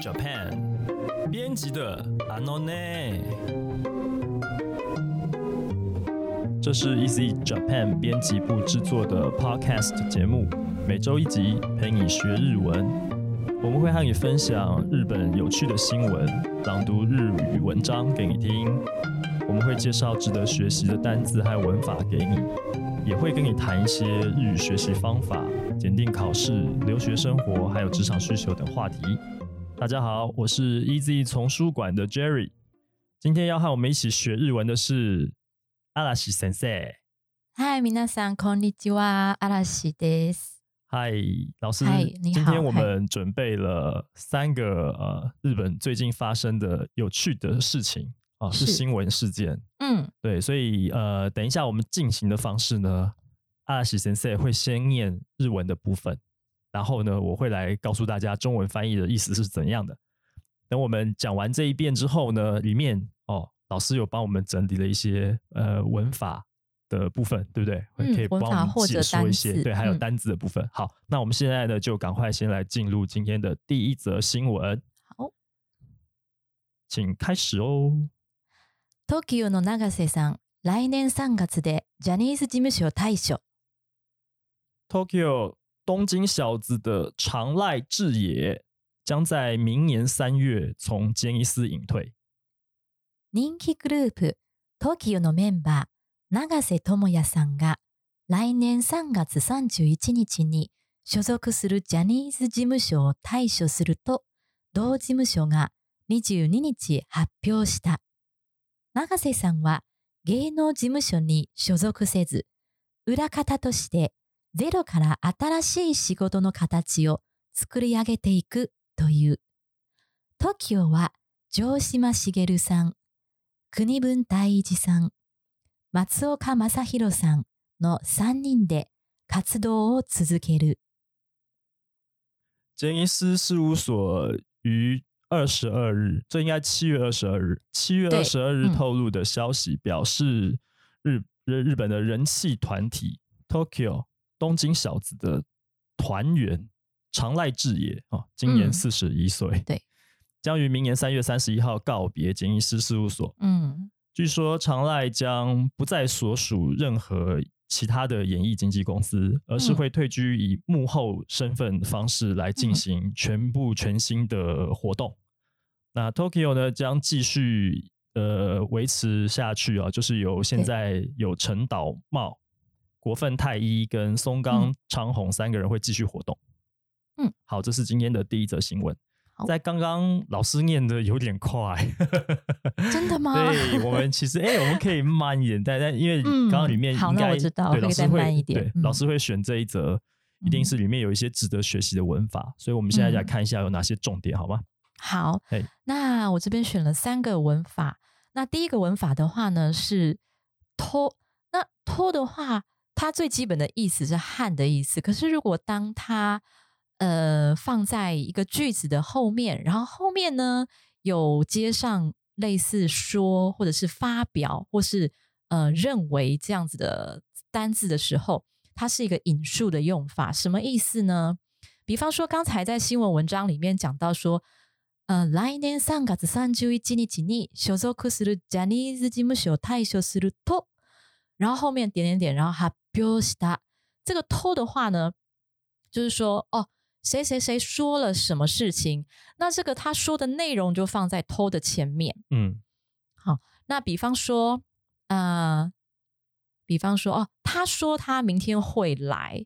Japan 编辑的 a n o n e 这是 Easy Japan 编辑部制作的 Podcast 节目，每周一集，陪你学日文。我们会和你分享日本有趣的新闻，朗读日语文章给你听。我们会介绍值得学习的单字和文法给你，也会跟你谈一些日语学习方法、检定考试、留学生活，还有职场需求等话题。大家好，我是 Easy 丛书馆的 Jerry，今天要和我们一起学日文的是阿拉西先生。嗨，皆さんこんにちは、嵐です。嗨，老师嗨你今好天我嗨们准备了三个呃日本最近发生的有趣的事情啊，是是新闻事件。嗯，对，所以呃，等一下我们进行的方式呢，阿拉西先生会先念日文的部分，然后呢，我会来告诉大家中文翻译的意思是怎样的。等我们讲完这一遍之后呢，里面哦，老师有帮我们整理了一些呃文法的部分，对不对？会嗯可以帮文我法们或解者说一单些，字对，还有嗯单字的部分。好，那我们现在呢，就赶快先来进入今天的第一则新闻。好，请开始哦。 TOKIO の永瀬さん、来年3月でジャニーズ事務所退所。 Tokyo 东京小子的长濑智也将在明年三月从杰尼斯隐退。人気グループ TOKIO のメンバー、永瀬智也さんが来年3月31日に所属するジャニーズ事務所を退所すると、同事務所が22日発表した。永瀬さんは芸能事務所に所属せず、裏方としてゼロから新しい仕事の形を作り上げていくという。TOKIO は城島茂さん、国分太一さん、松岡正弘さんの3人で活動を続ける。杰尼斯事务所于二十二日，这应该七月二十二日，七月二对十二日嗯透露的消息表示，日日日本的人气团体 Tokyo 东京小子的团员长濑智也啊，今年嗯四十一岁，对，将于明年三月三十一号告别杰尼斯事务所。嗯据说长濑将不再所属任何其他的演艺经纪公司，而是嗯会退居以幕后身份方式来进行全部全新的活动。那 Tokyo 呢，将继续呃维持下去啊，就是有现对在有陈岛茂、国分太一跟松冈嗯昌宏三个人会继续活动。嗯，好，这是今天的第一则新闻。好在刚刚老师念的有点快，真的吗对我们其 实哎、我们可以慢一点，但但因为刚刚里面哦嗯好应该、那我知道对可以老师再会慢一点对、嗯老师会选这一则，一定是里面有一些值得学习的文法，所以我们现在来嗯看一下有哪些重点，好吗？好嘿，那我这边选了三个文法。那第一个文法的话呢是脱，那脱的话，它最基本的意思是汗的意思。可是如果当它呃放在一个句子的后面，然后后面呢有接上类似说或者是发表或是呃认为这样子的单字的时候，它是一个引述的用法，什么意思呢？比方说，刚才在新闻文章里面讲到说，呃，来年3月31日に所属するジャニーズ事務所を退所すると，然后后面点点点，然后発表した。这个“と”的话呢，就是说哦，谁谁谁说了什么事情，那这个他说的内容就放在“と”的前面。嗯，那比方说，呃，比方说哦，他说他明天会来，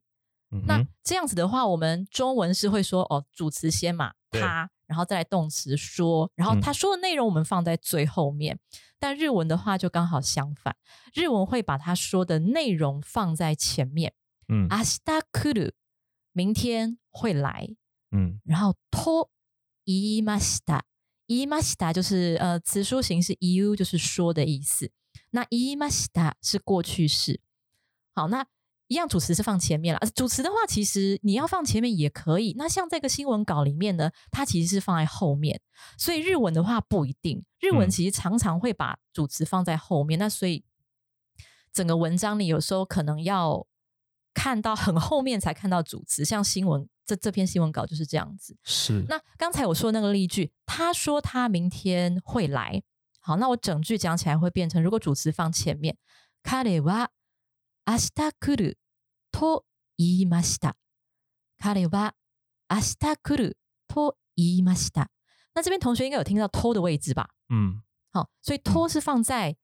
嗯那哼这样子的话，我们中文是会说哦，主词先嘛，对他，然后再来动词说，然后嗯他说的内容我们放在最后面。但日文的话就刚好相反，日文会把他说的内容放在前面。嗯明日来る，明天会来。嗯然后と言いました。言いました就是呃词书形式 u 就是说的意思。那言いました是过去式。好，那一样主词是放前面了。呃主词的话，其实你要放前面也可以。那像这个新闻稿里面呢，它其实是放在后面，所以日文的话不一定。日文嗯其实常常会把主词放在后面，那所以整个文章里有时候可能要看到很后面才看到主词，像新闻这这篇新闻稿就是这样子。是那刚才我说的那个例句，他说他明天会来。好，那我整句讲起来会变成，如果主词放前面，彼は明日来ると言いました。彼は明日来ると言いました。那这边同学应该有听到“偷”的位置吧？嗯好，所以“偷”是放在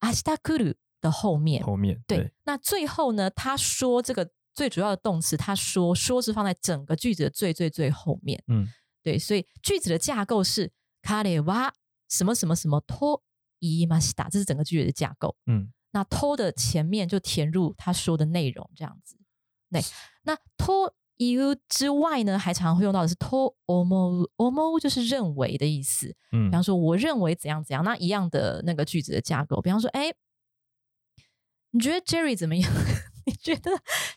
明日来る的后面。后面对，那最后呢，他说这个最主要的动词，他说说是放在整个句子的最最最后面。嗯，对，所以句子的架构是卡レ哇什么什么什么托伊马西达，这是整个句子的架构。嗯那偷的前面就填入他说的内容，这样子。对，那偷 you 之外呢，还常常会用到的是偷 omo omo，就是认为的意思。嗯比方说，我认为怎样怎样，那一样的那个句子的架构。比方说，哎，你觉得 Jerry 怎么样？ 你觉得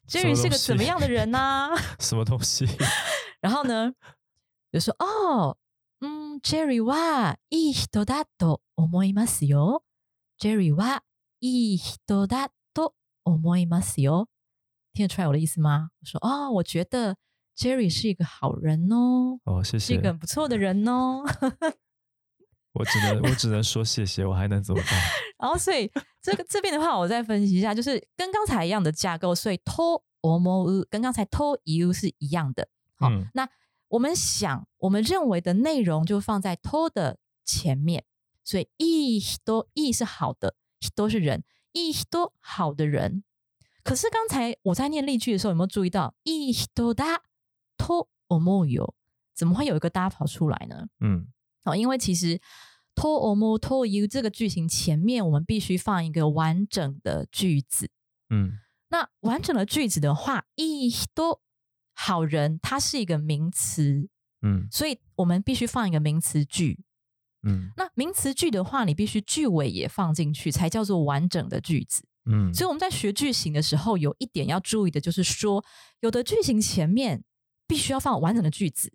Jerry 是个怎么样的人呢、 什么东西？ 然后呢，就说哦，嗯，Jerry はいい人だと思いますよ。Jerry はいい人だと思いますよ。听得出来我的意思吗？我说哦，我觉得 Jerry 是一个好人哦，哦，谢是谢一。个很不错的人哦。 我只能我只能说谢谢，我还能怎么办？然后，所以这个这边的话，我再分析一下，就是跟刚才一样的架构，所以 to omo u 跟刚才 to you 是一样的。 好，嗯那我们想，我们认为的内容就放在 to 的前面，所以 i hito i 是好的，hito 是人，i hito 好的人。可是刚才我在念例句的时候，有没有注意到 i hito da to omo yo？怎么会有一个搭跑出来呢？嗯哦，因为其实 to omo to you 这个句型前面我们必须放一个完整的句子。嗯那完整的句子的话，一都好人，它是一个名词，嗯所以我们必须放一个名词句。嗯那名词句的话，你必须句尾也放进去，才叫做完整的句子。嗯，所以我们在学句型的时候，有一点要注意的就是说，有的句型前面必须要放完整的句子，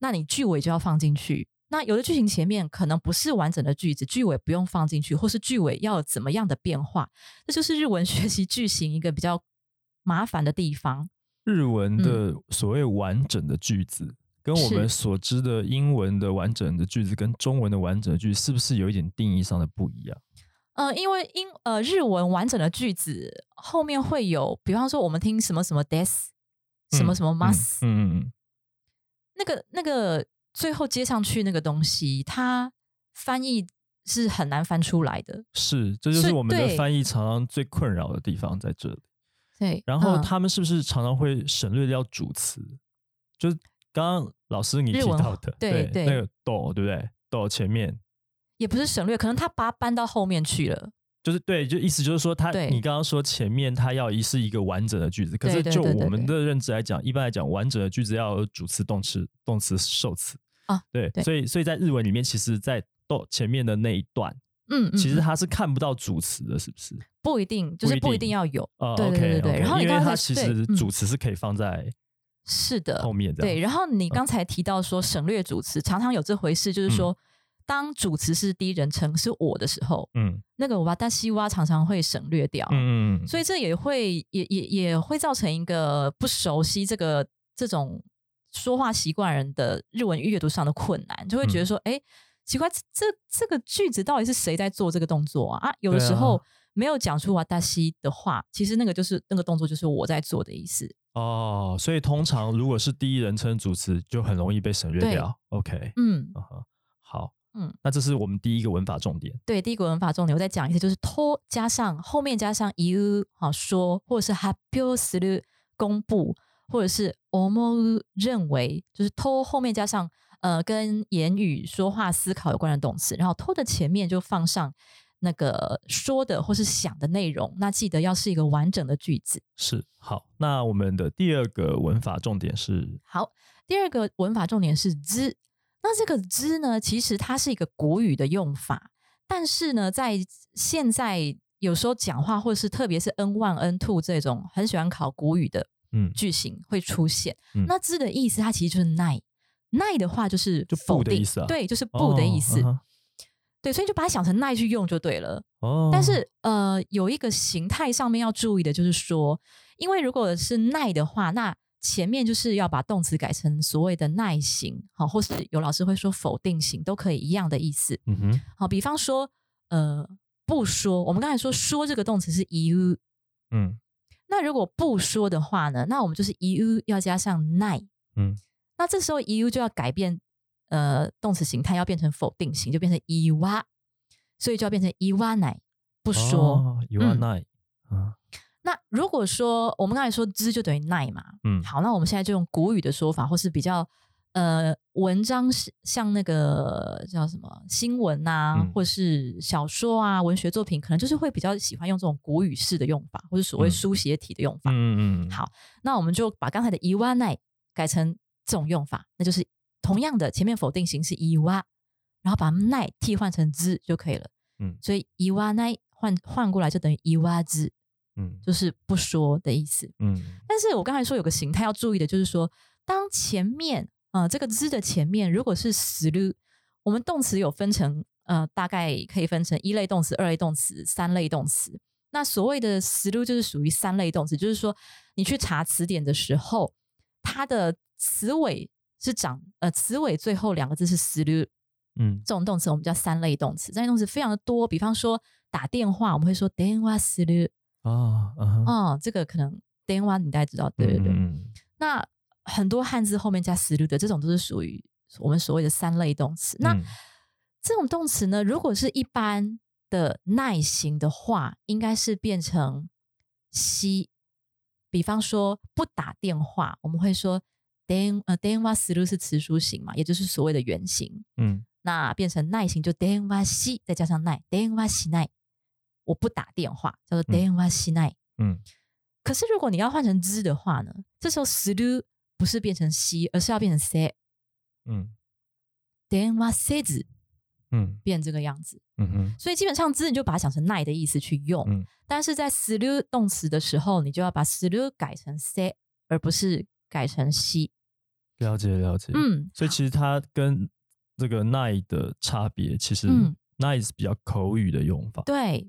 那你句尾就要放进去。那有的句型前面可能不是完整的句子，句尾不用放进去，或是句尾要有怎么样的变化，这就是日文学习句型一个比较麻烦的地方。日文的所谓完整的句子，跟我们嗯是所知的英文的完整的句子跟中文的完整的句子，是不是有一点定义上的不一样？呃，因为英呃日文完整的句子后面会有，比方说我们听什么什么 des，什么什么 mas，、嗯嗯嗯那个那个最后接上去那个东西，它翻译是很难翻出来的。是，这就所是以我们的对翻译常常最困扰的地方在这里。对，然后嗯他们是不是常常会省略掉主词？就是刚刚老师你提日文到的，对对那个斗，对不对？斗前面也不是省略，可能他把它搬到后面去了。就是对，就意思就是说他，对你刚刚说前面它要一是一个完整的句子，可对是对就对对我们对的认知来讲，一般来讲，完整的句子要有主词、动词、动词、受词啊，对，对所以所以在日文里面，其实，在斗前面的那一段，嗯，嗯其实嗯它是看不到主词的，是不是？不一定，就是不不一一定定要有。啊对对对 o 对 k 然后你因为刚才它才其对实嗯主词是可以放在是的后，面这样，嗯对。然后你刚才提到说省略主词，常常有这回事，就是说、当主词是第一人称是我的时候，嗯那个我把大西哇常常会省略掉。嗯嗯嗯，所以这也会也也也会造成一个不熟悉这个这种说话习惯人的日文阅读上的困难，就会嗯觉得说，哎、奇怪，这这这个句子到底是谁在做这个动作啊？啊，有的对啊时候没有讲出瓦达西的话，其实那个就是那个动作就是我在做的意思。哦，所以通常如果是第一人称主词，就很容易被省略对掉。OK，嗯，啊哈，好，嗯，那这是我们第一个文法重点。对，第一个文法重点我再讲一次，就是拖加上后面加上 you 好说，或者是 h a p p y する公布，或者是 omo 认为，就是拖后面加上呃跟言语、说话、思考有关的动词，然后拖的前面就放上那个说的或是想的内容。那记得要是一个完整的句子。是好，那我们的第二个文法重点是，好，第二个文法重点是 z。那这个 z 呢，其实它是一个古语的用法，但是呢，在现在有时候讲话，或是特别是 n one n two 这种很喜欢考古语的嗯，句型会出现。嗯那 z 的意思，它其实就是奈奈的话就是就不否的定意思啊对，就是不的意思。哦嗯哼对，所以就把它想成奈去用就对了。哦，但是呃，有一个形态上面要注意的，就是说，因为如果是耐的话，那前面就是要把动词改成所谓的耐形，好、或是有老师会说否定型，都可以一样的意思。嗯哼，好、比方说，呃，不说，我们刚才说说这个动词是 you，嗯那如果不说的话呢，那我们就是 you 要加上耐，嗯，那这时候 you 就要改变呃动词形态，要变成否定型，就变成 iwa，所以就要变成 iwa 奶，不说。哦、，You are 嗯 nine 啊，那如果说我们刚才说知就等于耐嘛，嗯，好，那我们现在就用古语的说法，或是比较呃文章是像那个叫什么新闻呐、嗯或是小说啊、文学作品，可能就是会比较喜欢用这种古语式的用法，或是所谓嗯书写体的用法。嗯嗯嗯，好那我们就把刚才的伊哇奈改成这种用法，那就是同样的前面否定型是伊哇，然后把奈替换成之就可以了。嗯所以伊哇奈换换过来就等于伊哇之，嗯就是不说的意思。嗯但是我刚才说有个形态要注意的，就是说，当前面呃这个之的前面如果是死路，我们动词有分成呃大概可以分成一类动词、二类动词、三类动词。那所谓的死路就是属于三类动词，就是说你去查词典的时候，它的词尾是长呃词尾最后两个字是死路，嗯这种动词我们叫三类动词。三类动词非常的多，比方说打电话，我们会说电话死路，啊啊哈，哦，这个可能电话你大概知道，对对对。嗯那很多汉字后面加 s l 的这种都是属于我们所谓的三类动词。那、嗯这种动词呢，如果是一般的耐型的话，应该是变成西。比方说不打电话，我们会说电呃电话 s l 是词书形嘛，也就是所谓的原型。嗯那变成耐型就電話し，再加上耐電話しない，我不打电话，叫做電話しない。嗯可是如果你要换成之的话呢，这时候 s l 不是变成西，而是要变成 se。嗯 then what says 嗯变这个样子，嗯哼，所以基本上之你就把它想成奈的意思去用，嗯但是在 s l 动词的时候，你就要把 s l 改成 se，而不是改成西。了解了解，，嗯，所以其实它跟这个 nine 的差别，其实嗯 nine 是比较口语的用法对，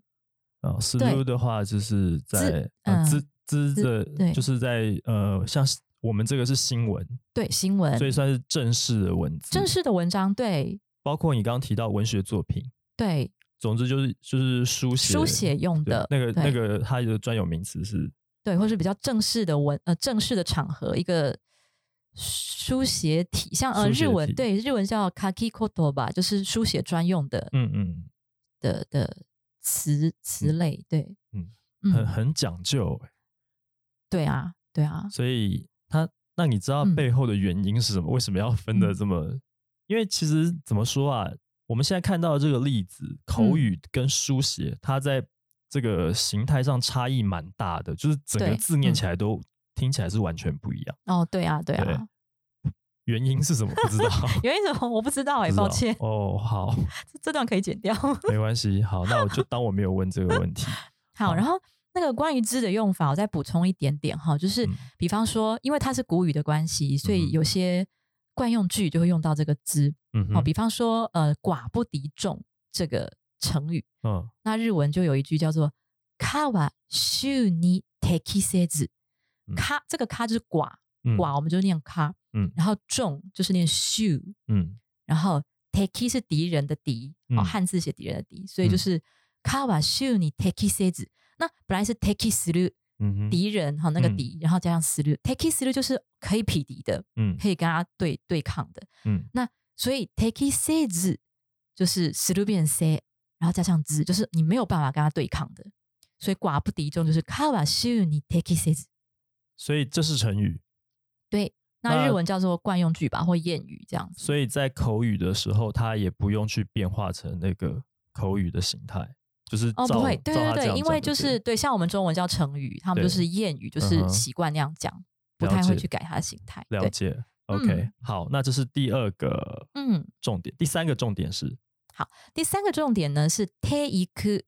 啊，s 对 l 的话就是在啊嗯资资资的，对就是在呃像是我们这个是新闻，对，新闻所以算是正式的文字，嗯正式的文章，对包括你刚刚提到文学作品，对，总之就是就是书写书写用对的那个对那个它的专有名词是对，或是比较正式的文呃正式的场合，一个书写体，像呃书写日文体对日文叫 kaki koto 吧，就是书写专用的嗯嗯的的词词类，对，嗯很嗯，很讲究欸，对啊，对啊，所以它那你知道嗯背后的原因是什么？为什么要分的嗯这么？因为其实怎么说啊，我们现在看到的这个例子，口嗯语跟书写，它在这个形态上差异蛮大的，就是整个对字念嗯起来都听起来是完全不一样。哦，对啊，对对啊， 原因是什么不知道，原因什么我不知道不哎、知抱道歉， 哦，好，这这段可以剪掉。没关系，好，那我就当我没有问这个问题。好，然后那个关于“之”的用法，我再补充一点点哈，就是嗯比方说，因为它是古语的关系，嗯所哼以有些惯用句就会用到这个“之”。嗯 好，哼，哦比方说，呃，寡不敌众这个成语，嗯那日文就有一句叫做“卡瓦秀尼 take せず”，嗯卡这个卡就是寡，嗯寡我们就念卡，嗯然后众就是念秀，嗯然后 take 是敌人的敌，哦，嗯汉字写敌人的敌，所以就是卡瓦秀尼 take せず。那本来是 take する嗯哼，敌人哈，那个嗯敌，然后加上する take する就是可以匹敌的，嗯可以跟他对对抗的。嗯那所以 take it says 就是死路变 say，然后加上之，就是你没有办法跟他对抗的，所以寡不敌众就是 kawa shu ni take it says。所以这是成语。对，那那日文叫做惯用句吧，或谚语这样子。所以在口语的时候，它也不用去变化成那个口语的形态，就是哦，照不会，对照它对这样对，因讲为就就对是对，像我们中文叫成语，他们对就是谚语，就嗯是哼习惯那样讲，不了太会解去改它的形态。了对，解。OK，、嗯好，那这是第二个嗯，重点，第三个重点是，第三个重点呢是 take it。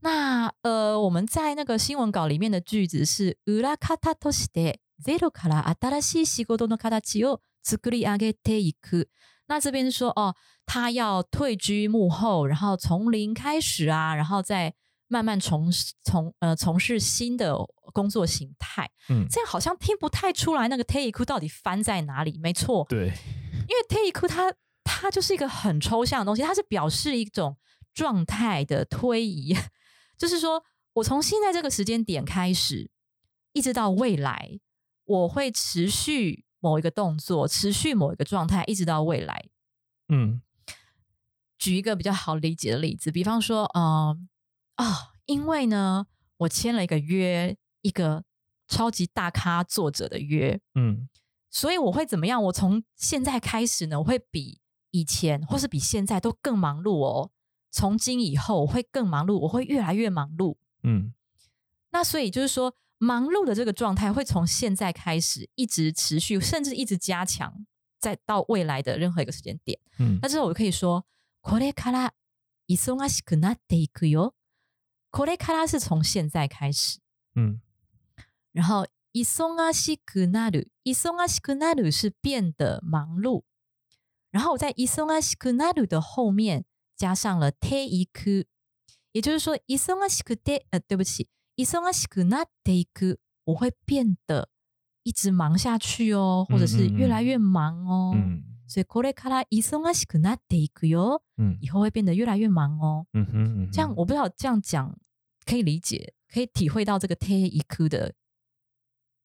那呃，我们在那个新闻稿里面的句子是裏方としてゼロから新しい仕事の形を作り上げていく。那这边是说哦，他要退居幕后，然后从零开始啊，然后再慢慢从事从呃从事新的工作形态。嗯，这样好像听不太出来那个 t e i k u 到底翻在哪里。没错，对，因为 t e i k u 它它就是一个很抽象的东西，它是表示一种状态的推移， 就是说我从现在这个时间点开始，一直到未来，我会持续某一个动作，持续某一个状态，一直到未来。嗯举一个比较好理解的例子，比方说，嗯、啊、因为呢，我签了一个约，一个超级大咖作者的约，嗯所以我会怎么样？我从现在开始呢，我会比以前或是比现在都更忙碌哦。从今以后我会更忙碌，我会越来越忙碌。嗯那所以就是说，忙碌的这个状态会从现在开始一直持续，甚至一直加强，再到未来的任何一个时间点。嗯那之后我可以说，これから忙しくなっていくよ。これから是从现在开始。嗯然后忙しくなる，忙しくなる是变得忙碌，然后我在忙しくなる的后面加上了ていく，也就是说忙しくて呃，对不起，忙しくなっていく，我会变得一直忙下去哦，或者嗯是嗯嗯越来越忙哦。嗯所以これから忙しくなっていくよ，嗯以后会变得越来越忙哦。嗯哼嗯哼，这样我不知道这样讲可以理解，可以体会到这个ていく的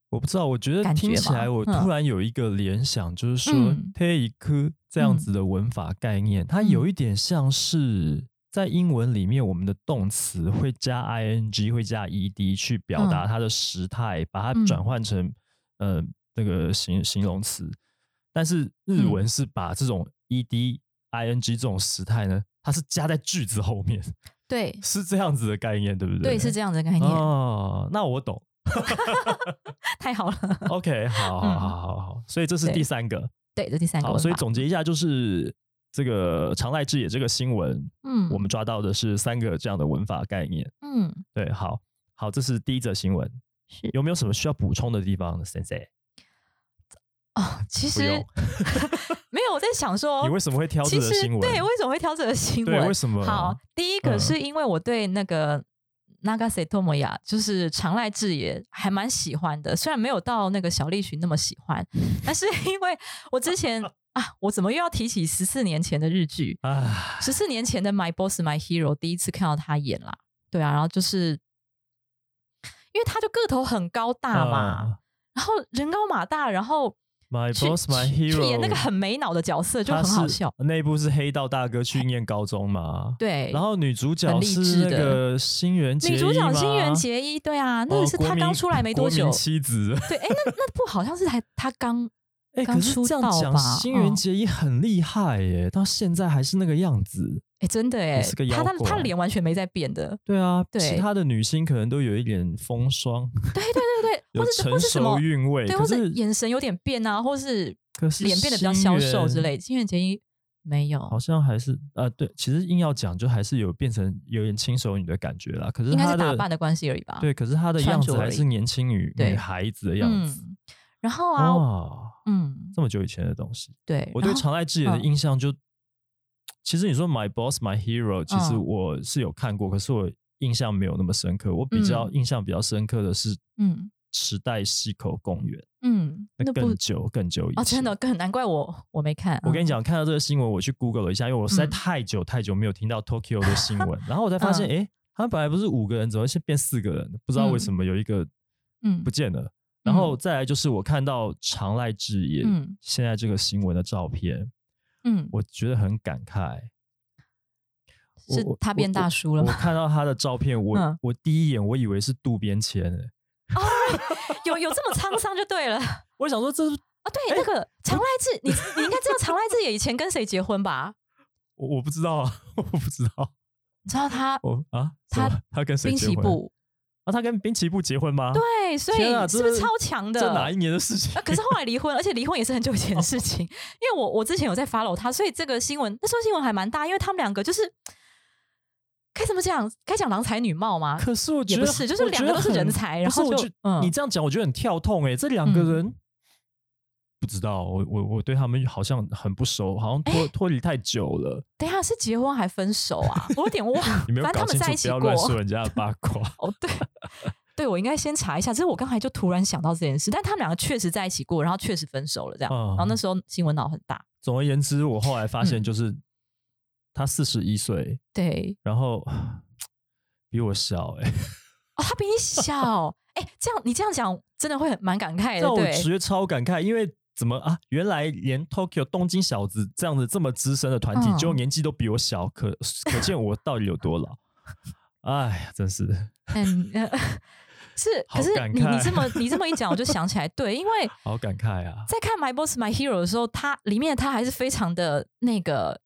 我不知道，我觉得感听觉起吧来我嗯突然有一个联想，就是说嗯 t a k 这样子的文法概念，它有一点像是在英文里面，我们的动词会加 ing 会加 ed 去表达嗯它的时态，把它嗯转换成呃那个形形容词，但是日嗯文是把这种 ed、ing 这种时态呢，它是加在句子后面， 对是这样子的概念，对不对？对，是这样的概念，哦，那我懂。 太好了。 OK，好好好好好，所以这是对第三个。对，这第三个好，文所以法总结一下，就是这个常濑智也这个新闻，嗯，我们抓到的是三个这样的文法概念。嗯对，好好，这是第一则新闻，是有没有什么需要补充的地方呢，Sensei？哦，其不实用 没有我在想说，你为什么会挑这哦其则实新闻？对，为什么会挑这个新对闻？为什么好，第一个嗯是因为我对那个。Nagase Tomoya 就是长濑智也还蛮喜欢的，虽然没有到那个小栗旬那么喜欢，但是因为我 之前啊，我怎么又要提起十四年前的日剧？啊，十四年前的《My Boss My Hero》第一次看到他演啦，对啊，然后就是因为他就个头很高大嘛，啊然后人高马大，然后，My 去 Boss My 去 Hero，去演那个很没脑的角色就他很好是笑，那一部是黑道大哥去念高中嘛？对。然后女主角很励是志那的个新垣结衣女主角新垣吗结衣，对啊，那哦个是国她刚民出来没国多民 久，妻子。对，哎、那那部好像是还她刚 哎、刚可是出这样道讲，吧新垣嗯结衣很厉害耶，到现在还是那个样子。哎、真的哎、也是个她妖她怪她脸完全没在变的，对啊，其对他的女星可能都有一点风霜，对对对对， 有或者是或成是什么熟，韵味。对，可或者是眼神有点变啊，或是可是脸变得比较新消瘦垣之类。新垣结衣没有，好像还是呃，对，其实硬要讲，就还是有变成有点轻熟女的感觉啦。可是应该她是打扮的的关系而已吧。嗯对，可是她的穿样子着还而是已年轻女女对孩子的样子。嗯，然后啊，哇，嗯，这么久以前的东西。对，我然对后常濑智也的嗯印象就，其实你说 My Boss My Hero，其实嗯我是有看过，可是我印象没有那么深刻。我比较嗯印象比较深刻的是，嗯池袋西口公园，嗯，那那部更久更久以前。哦，真的，更难怪我我没看。我跟你嗯，讲，看到这个新闻，我去 Google 了一下，因为我实在嗯太久太久没有听到 Tokyo 的新闻，然后我才发现，嗯诶，他们本来不是五个人，怎么现在变四个人？不知道为什么有一个嗯不见了。然后再来就是我看到常濑智也嗯现在这个新闻的照片，嗯，我觉得很感慨。是我他变大叔了我吗？ 看到他的照片，我、嗯我第一眼我以为是渡边谦，欸有有这么沧桑就对了啊！我想说这是 对，那个常濑智，你你应该知道常濑智也以前跟谁结婚吧？我我不知道啊， 我不知道，你知道他我啊，他什么他跟谁滨结崎婚？步，啊，他跟滨崎步结婚吗？对，所以天啊是不这是超强的？这哪一年的事情？啊，可是后来离婚，而且离婚也是很久以前的事哦情。因为我我之前有在 follow 他，所以这个新闻那时候新闻还蛮大，因为他们两个就是该怎么讲，该讲郎才女貌吗？ 可是我觉也得不是就是我觉两个得都是很人才不然是后我就觉嗯你这样讲，我觉得很跳痛哎、欸这两个嗯人不知道，我我我对他们好像很不熟，好像哎脱脱离太久了。 等一下是结婚还分手 啊？我有点忘，你没有反正搞他们清在楚，一不起要过。乱。说人家的八卦 哦，对，对，我应该先查一下。这是我刚才就突然想到这件事，但他们两个确实在一起过，然后确实分手了，这样。嗯然后那时候新闻脑很大，总而言之，我后来发现嗯就是他四十一岁，对，然后比我小哎、欸，哦，他比你 小，哎、这样你这样讲真的会很蛮感慨的，让我哎对觉得超感慨，因为怎么啊？原来连 Tokyo 东京小子这样子这么资深的团体，嗯就年纪都比我小，可可见我到底有多 老。哎呀，真是嗯，呃是，好可是感你你慨这么你这么一讲，我就 想起来，对，因为好感慨啊！在看《My Boss My Hero》的时候，他里面他还是非常的那个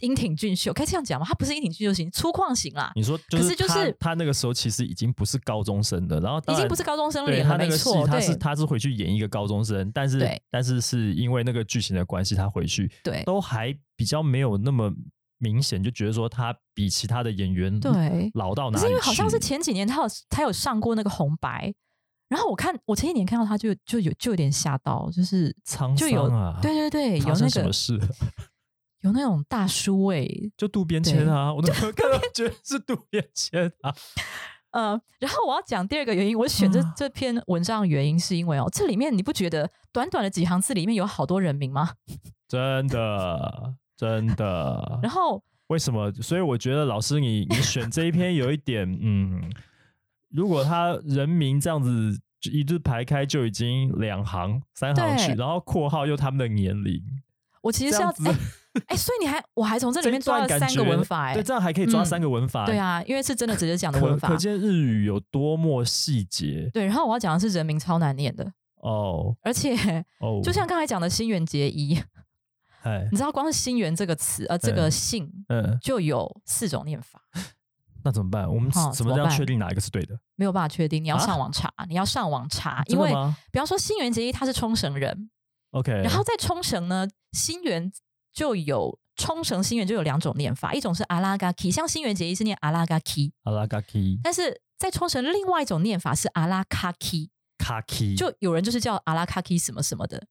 英挺俊秀，可以这样讲吗？他不是英挺俊秀型，粗犷型啦，你说，就可是就他是他那个时候其实已经不是高中生的，然后已当然经不是高中生对脸他了，那没个戏错，，他是对他是回去演一个高中生，但是对但是是因为那个剧情的关系，他回去对都还比较没有那么明显，就觉得说他比其他的演员对。老到哪可里是因为好像是去前几年他有他有上过那个红白，然后我看我前几年看到他就就有就有点吓到，就是沧就有桑啊，对对对，发有生那什么个事？ 有那种大叔味，就渡边谦啊，我都没有看到，觉得是渡边谦啊，呃，然后我要讲第二个原因，我选这、啊这篇文章的原因是因为哦，这里面你不觉得短短的几行字里面有好多人名吗？真的真的。 然后为什么？所以我觉得老师你你选这一篇有一点，嗯，如果他人名这样子就一字排开就已经两行三行去，对然后括号又他们的年龄，我其实这是要样哎子哎、所以你还我还从这这里面一抓段了感三个觉文法哎、对，这样还可以抓嗯三个文法，对，啊，因为是真的直接讲的可文法可，见日语有多么细节对。然后我要讲的是人名超难念的，哦而且哦，就像刚才讲的新垣结衣，哎你知道光是新垣这个词呃这嗯个姓嗯，就有四种念法，那怎么办？我们哦怎怎么么样办确定哪一个是对的？没有办法确定，你要啊上网查，你要上网查，因真的为吗比方说新垣结衣他是冲绳人， ？OK，然后在冲绳呢，新源就有冲绳新源就有两种念法，一种是阿拉嘎 k 像新源结衣是念阿拉嘎 k 阿拉嘎基但是在冲绳另外一种念法是阿拉卡 k 卡基，就有人就是叫阿拉卡 k 什么什么的，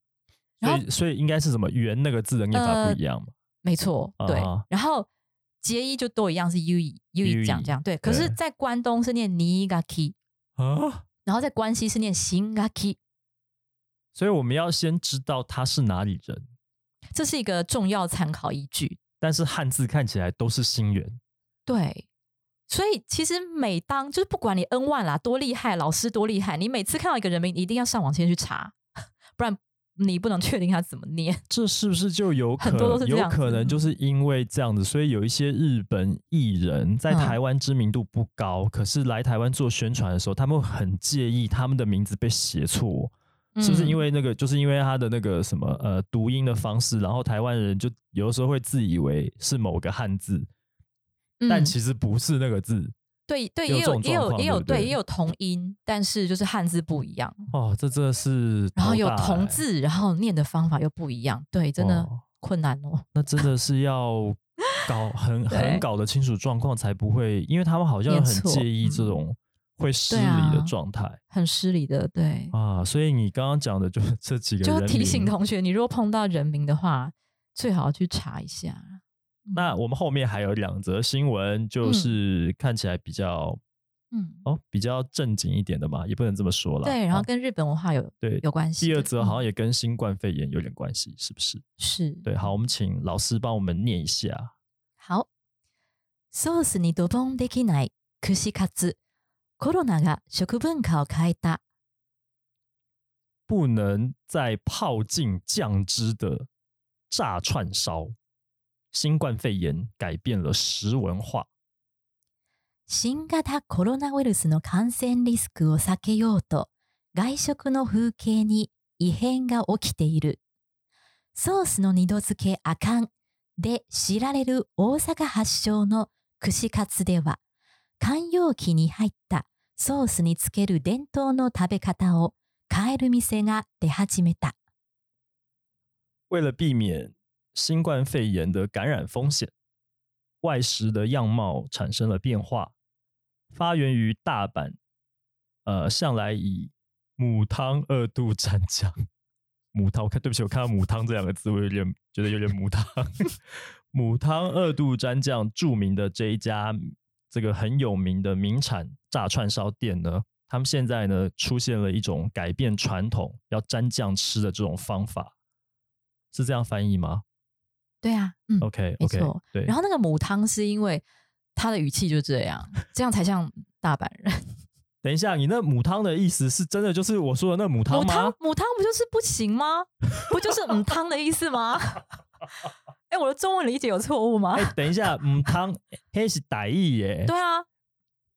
然所后以所以应该是什么“圆”那个字的念法呃不一样嘛？没错，对，啊哈然后。结衣就都一样是 u i u i 讲 Yui，这样对，可是，对在关东是念 ni ga ki，啊。然后在关西是念 shin ga ki，所以我们要先知道他是哪里人，这是一个重要参考依据。但是汉字看起来都是新源，对，所以其实每当就是不管你 N 万啦多厉害，老师多厉害，你每次看到一个人名，你一定要上网先去查， 不然你不能确定他怎么念。这是不是就有可很多都是这有样子嗯可能就是因为这样子，所以有一些日本艺人在嗯台湾知名度不高，可是来台湾做宣传的时候，他们会很介意他们的名字被写错，是不是嗯因为那个就是因为他的那个什么呃读音的方式，然后台湾人就有的时候会自以为是某个汉字，但嗯其实不是那个字。 对对，有这也种有也状有况也有对不对对也有同音，但是就是汉字不一样，哦，这真的是头大欸、然后有同字，然后念的方法又不一样，对，真的哦困难哦。那真的是要 搞很很对搞得清楚状况，才不会，因为他们好像念很错介意这嗯种会失对礼的啊状态很失礼的，对，啊所以你刚刚讲的就是这几个就人提醒名。同学，你如果碰到人名的话，最好去查一下。那我们后面还有两则新闻，就嗯是看起来比较、嗯，哦比较正经一点的嘛，也不能这么说啦。对，然后啊跟日本文化有对有关系的。第二则嗯好像也跟新冠肺炎有点关系，是不是？是对，好，我们请老师帮我们念一下。好。ソースにドボンできない串カツ。コロナが食文化を変えた。不能再泡进酱汁的炸串烧。新冠肺炎改变了食文化，新型コロナウイルスの感染リスクを避けようと、外食の風景に異変が起きている。ソースの二度漬けあかんで知られる大阪発祥の串カツでは、寛容期に入ったソースにつける伝統の食べ方を変える店が出始めた。为了避免新冠肺炎的感染风险，外食的样貌产生了变化，发源于大阪，呃，向来以母汤二度蘸酱母汤，我看对不起，我看到母汤这两个字，我有点觉得有点母汤。 母汤二度蘸酱，著名的这一家这个很有名的名产炸串烧店呢，他们现在呢出现了一种改变传统要蘸酱吃的这种方法，是这样翻译吗对啊，嗯， ？OK 没 OK，错。对然。后那个母汤是因为他的语气就这样，这样才像大阪人。等一下，你那母汤的意思是真的就是我说的那母汤母吗汤？母汤不就是不行吗？不就是母汤的意思吗？ 哎、我的中文理解有错误吗？哎、 等一下，母汤嘿是歹意耶，对啊，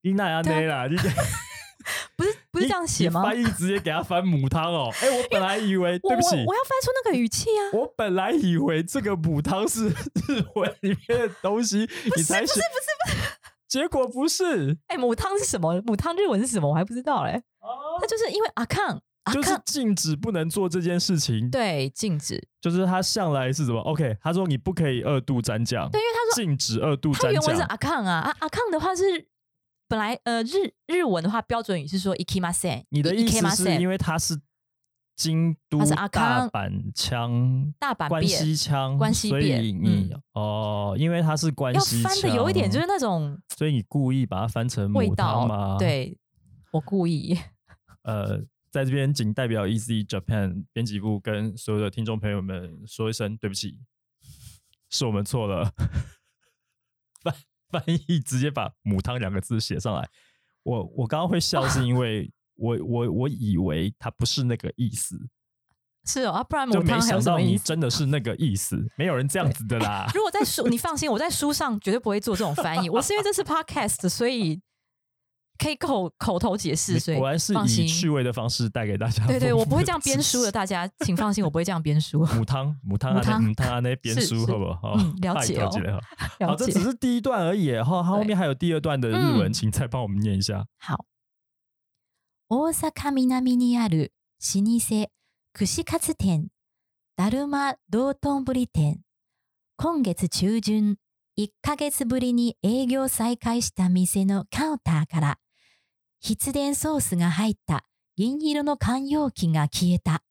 你那样内啦，你不是 不是这样写吗？你翻译直接给他翻母汤哦。哎、我本来以为，我我对不起，我要翻出那个语气啊！我本来以为这个母汤是 日文里面的东西，你才不是不是不是， 结果不是，哎、母汤是什么？母汤日文是什么？我还不知道嘞、那就是因为阿康，阿就康、是禁止不能做这件事情。，啊对禁止，就是他向来是怎么？OK，他说你不可以二度沾酱，对，因为他说禁止二度他沾原文是酱。阿康啊，阿阿康的话是本来呃日日文的话标准语是说 ikimasen，你的意思是因为为他是京都他是阿大康阪腔。大阪关变西腔，关西所变以你、哦，因为它是关要西腔，翻的有一点就是那种所以你故意把它翻成味母汤吗？道，，对我故意。 呃，在这边仅代表 Easy Japan 编辑部跟所有的听众朋友们说一声对不起，是我们错了。翻翻译直接把“母汤”两个字写上来。我我刚刚会笑，是因为我我我以为它不是那个意思，是哦，啊、不然就母没汤还有想什到么意你思？真的是那个意思，没有人这样子的 啦。如果在书，你放心，我在书上绝对不会做这种翻译。我是因为这是 podcast，所以可以口口头解释，你所以果然是放以心。趣味的方式带给大家。对对，我不会这样编书 的，。大家请放心，我不会这样编书。母汤，母汤母啊，那汤母汤啊，那编 是书是好不好？啊嗯了拜解托哦几个好好，了这解只，是第一段而已，后后对面还有第二段的日文，嗯请再帮我们念一下。好。大阪南にある老舗串カツ店だるま道頓堀店今月中旬1ヶ月ぶりに営業再開した店のカウンターから必然ソースが入った銀色の缶容器が消えた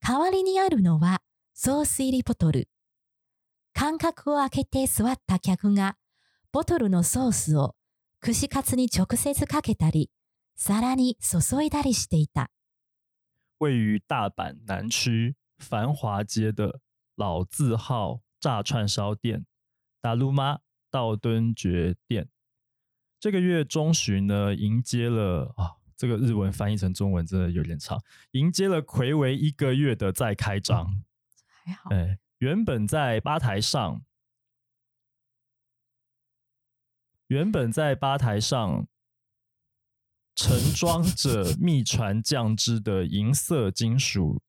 代わりにあるのはソース入りボトル間隔を空けて座った客がボトルのソースを串カツに直接かけたり、皿に注いだりしていた。位于大阪南区繁华街的老字号炸串烧店达鲁妈道敦爵店，这个月中旬呢，迎接了啊，这个日文翻译成中文真的有点长，迎接了魁违一个月的再开张。嗯还好哎，原本在吧台上，原本在吧台上盛装着秘传酱汁的银色金属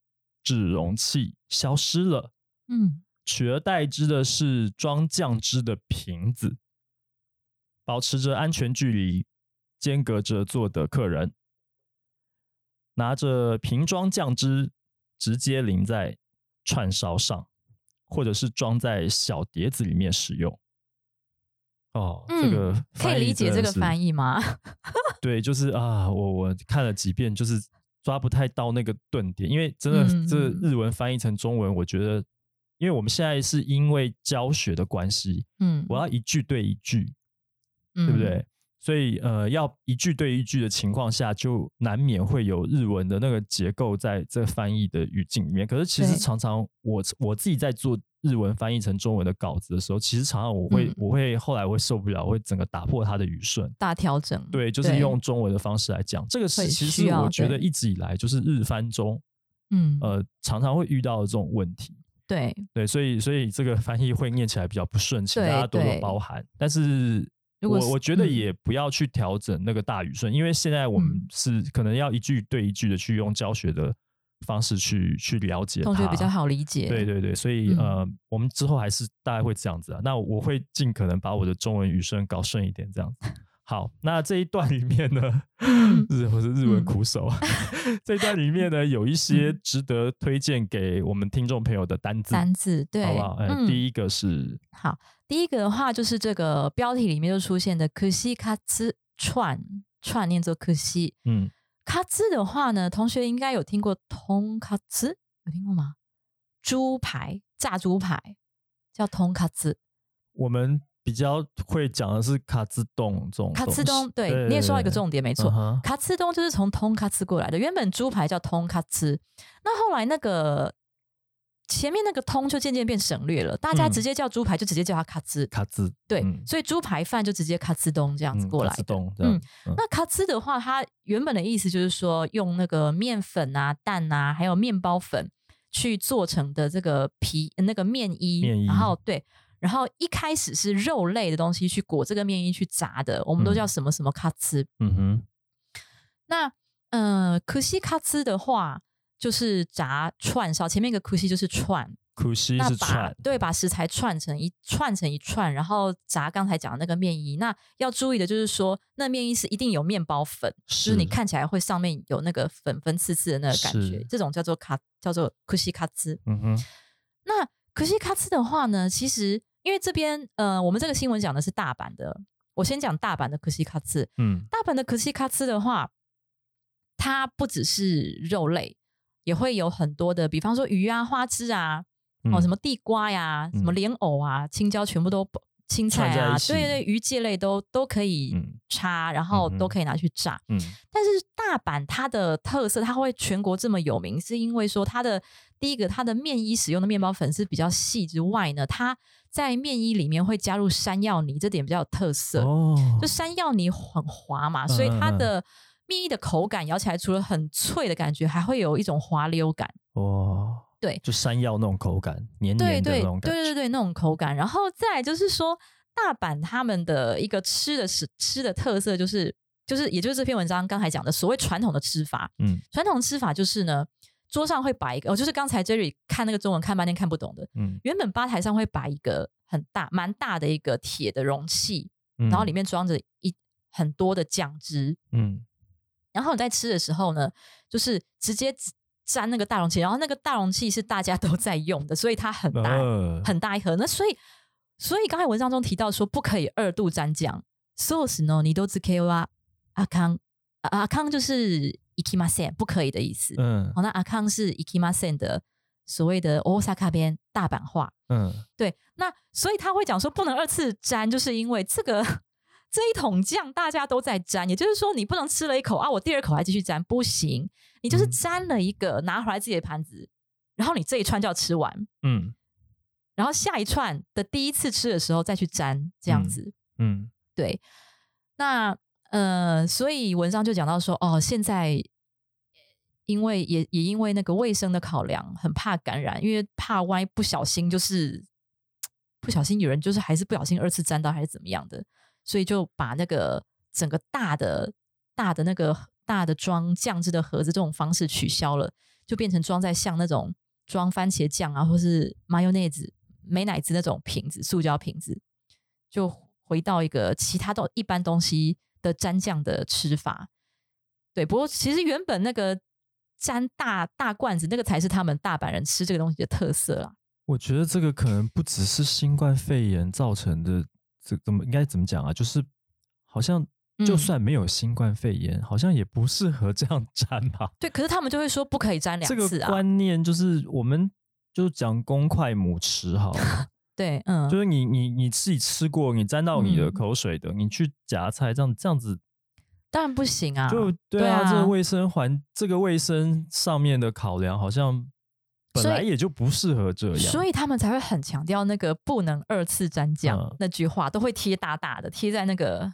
制容器消失了，嗯，取而代之的是装酱汁的瓶子。保持着安全距离，间隔着坐的客人，拿着瓶装酱汁直接淋在串烧上，或者是装在小碟子里面使用。哦，这个嗯、可以理解这个翻译 译吗？真的是，对，就是啊，我我看了几遍，就是抓不太到那个顿点，因为真的、嗯这日文翻译成中文，我觉得，因为我们现在是因为教学的关系，嗯，我要一句对一句，对对嗯不？对？所以呃，要一句对一句的情况下，就难免会有日文的那个结构在这翻译的语境里面。可是其实对常常我我自己在做日文翻译成中文的稿子的时候，其实常常我会、嗯我会后来我会受不了，我会整个打破它的语顺。大调整，对，就是用中文的方式来讲，这个是会其需实要我觉得对一直以来就是日翻中嗯，呃常常会遇到的这种问题。对，对，所以所以这个翻译会念起来比较不顺，请大对家多多对包涵。但是如我果是我觉得嗯也不要去调整那个大语顺，因为现在我们嗯是可能要一句对一句的去用教学的方式去去了解同学它比较。好理解。对对对，所以、嗯呃，我们之后还是大概会这样子啊。那我会尽可能把我的中文语顺搞顺一点，这样 子。好，那这一段里面呢，日我是日文嗯苦手，啊 这一段里面呢有一些嗯值得推荐给我们听众朋友的单字。单字对，好不好？哎、嗯，第一个是好，第一个的话就是这个标题里面就出现的 “kushi k a t 串串念作 “kushi”。嗯，卡兹的话呢，同学应该有听过通卡兹，有听过吗？猪排炸猪排叫通卡兹，我们比较会讲的是卡兹冻这种卡兹东东西对，你也说到一个重点，没错，嗯哼卡兹东就是从通卡兹过来的。原本猪排叫通卡兹，那后来那个前面那个通就渐渐变省略了，大家嗯直接叫猪排就直接叫它卡兹，卡兹对，嗯所以猪排饭就直接卡兹东这样子过来卡兹的。冻这样嗯，那卡兹的话，它原本的意思就是说，用那个面粉啊、蛋啊，还有面包粉去做成的这个皮呃那个面衣，面衣然后对，然后一开始是肉类的东西去裹这个面衣去炸的，我们都嗯叫什么什么卡兹。嗯哼，那呃，可西卡兹的话就是炸串烧，前面一个可西就是串，苦西那是把串，对，把食材串成一串成一串，然后炸刚才讲的那个面衣。那要注意的就是说，那面衣是一定有面包粉，就是你是看起来会上面有那个粉粉刺刺的那个感觉是，这种叫做卡叫做可西卡兹。嗯哼，那可西卡兹的话呢，其实因为这边呃，我们这个新闻讲的是大阪的，我先讲大阪的可西卡兹。嗯大阪的可西卡兹的话，它不只是肉类，也会有很多的，比方说鱼啊、花枝啊，哦，嗯什么地瓜呀、什么嗯莲藕啊、青椒，全部都青菜串在啊一，起对对，鱼介类都都可以嗯插，然后嗯都哼可以拿去炸。嗯但是大阪它的特色，它会全国这么有名，是因为说它的第一个，它的面衣使用的面包粉是比较细之外呢，它在面衣里面会加入山药泥，这点比较有特色。哦，就山药泥很滑嘛，所以它嗯嗯嗯的面衣的口感咬起来，除了很脆的感觉，还会有一种滑溜感。哇，对就山药那种口感，黏对黏的对那对种感对觉，对，那种口感。然后再来就是说，大阪他们的一个吃的是吃的特色就是就是也就是这篇文章刚才讲的所谓传统的吃法。嗯传统吃法就是呢，桌上会摆一个，哦，就是刚才 Jerry 看那个中文看半天看不懂的，嗯，原本吧台上会摆一个很大蛮大的一个铁的容器，嗯然后里面装着一很多的酱汁。嗯然后你在吃的时候呢，就是直接沾那个大容器，然后那个大容器是大家都在用的，所以它很大、呃很大一盒。那所以，所以刚才文章中提到说不可以二度沾酱。sauce 呢，你都只 k 哇阿康啊阿康就是 ikimasen 不可以的意思。嗯好，那阿康是 ikimasen 的所谓的 Osaka 边大阪话。嗯对，那所以他会讲说不能二次沾，就是因为这个 这一桶酱大家都在沾，也就是说你不能吃了一口啊，我第二口还继续沾，不行，你就是嗯沾了一个拿回来自己的盘子，然后你这一串就要吃完，嗯然后下一串的第一次吃的时候再去沾，这样嗯子。嗯对，那呃，所以文章就讲到说，哦，现在因为也也因为那个卫生的考量，很怕感染，因为怕万一不小心就是不小心有人就是还是不小心二次沾到还是怎么样的，所以就把那个整个大的大的那个大的装酱汁的盒子这种方式取消了，就变成装在像那种装番茄酱啊，或是 mayonnaise 美乃滋那种瓶子，塑胶瓶子，就回到一个其他东一般东西的蘸酱的吃法。对，不过其实原本那个沾大大罐子那个才是他们大阪人吃这个东西的特色啦。我觉得这个可能不只是新冠肺炎造成的，这怎么应该怎么讲啊？就是好像就嗯算没有新冠肺炎，好像也不适合这样沾吧。对，可是他们就会说不可以沾这 两个次啊。观念就是我们就讲公筷母匙好了，对，嗯，就是你你你自己吃过，你沾到你的嗯口水的，你去夹菜这样这样子当然不行啊。就对对啊，这啊个卫生环这个卫生上面的考量好像本所以来也就不适合这样，所以他们才会很强调那个不能二次沾酱、嗯那句话，都会贴大大的，贴在那个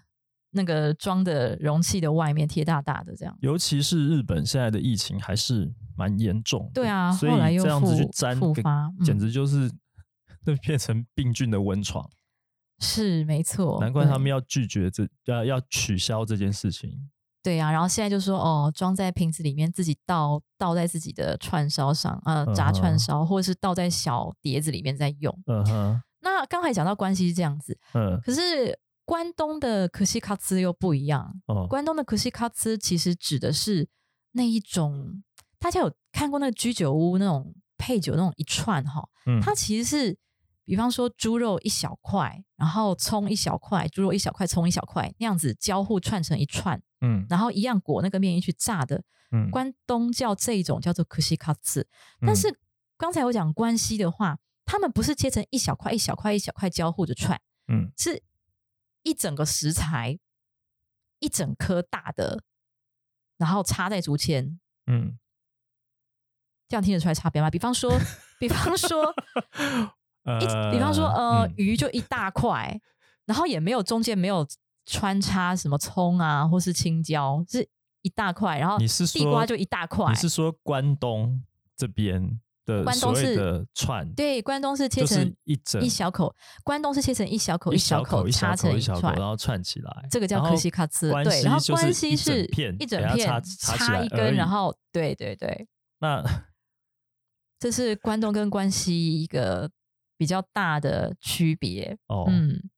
那个装的容器的外面，贴大大的这样。尤其是日本现在的疫情还是蛮严重的，对啊所以后来又这样子去复沾复个发嗯简直就是 那变成病菌的温床，是没错，难怪他哦对们要拒绝这要要取消这件事情。对呀、然后现在就说哦，装在瓶子里面，自己倒倒在自己的串烧上，呃，炸嗯串哼烧，或者是倒在小碟子里面在用。嗯哼，那刚才讲到关西是这样子，嗯可是关东的可西卡兹又不一样。哦，关东的可西卡兹其实指的是那一种，大家有看过那个居酒屋那种配酒那种一串哈，嗯它其实是。比方说猪肉一小块，然后葱一小块，猪肉一小块，葱一小块，那样子交互串成一串，嗯然后一样裹那个面衣去炸的。嗯，关东叫这一种叫做 kushikatsu，嗯但是刚才我讲关西的话，他们不是切成一小块一小块一小块交互着串，嗯是一整个食材，一整颗大的，然后插在竹签，嗯，这样听得出来差别吗？比方说，比 方说，一呃，比方说，呃，嗯鱼就一大块，然后也没有中间没有穿插什么葱啊，或是青椒，是一大块，然后你是哦地说瓜就一大块你，是说关东这边的关所东谓是的串，对，关东是切就成是一整一小口，关东是切成一小口一小口一插小成口一小口，串然，后串起来，这个叫然可后西卡兹，关对，然后西就是关西一整是片一整给它片插插起插来一而根，已然后对对对，那这是关东跟关西一个比较大的区别，哦，嗯。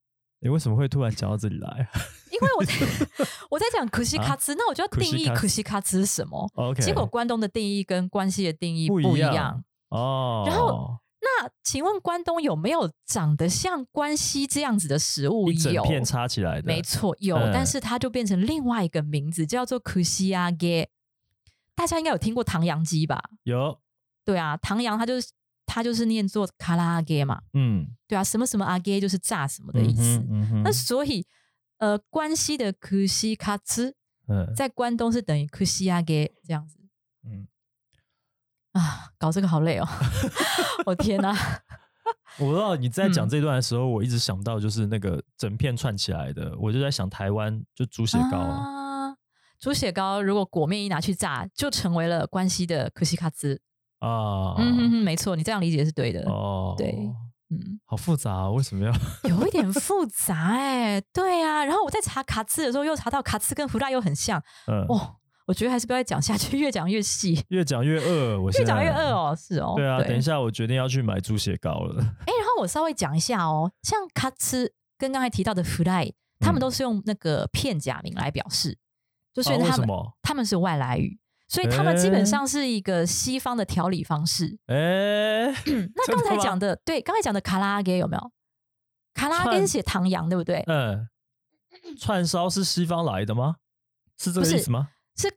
你为什么会突然讲到这里来因为 我在 我在讲可西卡兹，那我就要定义啊可西卡兹可西卡兹是什么。 ？OK， 结果关东的定义跟关西的定义不不一一样样。哦，然后那请问关东有没有长得像关西这样子的食物？一整有，片插起来的，没错，有，嗯但是它就变成另外一个名字，叫做可西亚给。大家应该有听过唐扬鸡吧？有，对啊，唐扬它就是它就是念作卡拉阿给嘛，嗯，对啊，什么什么阿给就是炸什么的嗯意思。哼嗯哼，那所以呃，关西的可西卡兹。嗯在关东是等于库西亚给这样子嗯，啊，搞这个好 累哦，我天哪、我不知道你在讲嗯这段的时候，我一直想到就是那个整片串起来的，我就在想台湾就猪血糕啊，啊！猪血糕如果裹面一拿去炸，就成为了关西的库西卡兹。啊嗯哼哼，没错，你这样理解是对的。哦，对嗯，好复杂、啊，为什 么要？有一点复杂哎、对啊。然后我在查卡兹的时候，又查到卡兹跟福大又很像嗯，哦。我觉得还是不要再讲下去，越讲越细，越讲越饿，我越现讲越在饿。哦。是哦，啊对啊，等一下我决定要去买猪血糕了。哎，然后我稍微讲一下哦，像卡兹跟刚才提到的 fly，他们嗯都是用那个片假名来表示，就是啊为他什们、么？他们是外来语，所以他们基本诶上是一个西方的调理方式。哎、 那真刚的才吗讲的，对，刚才讲的卡拉阿给有没有？卡拉阿给串是写唐扬，对不对？嗯，串烧是西方来的吗？是这个不意是思吗？是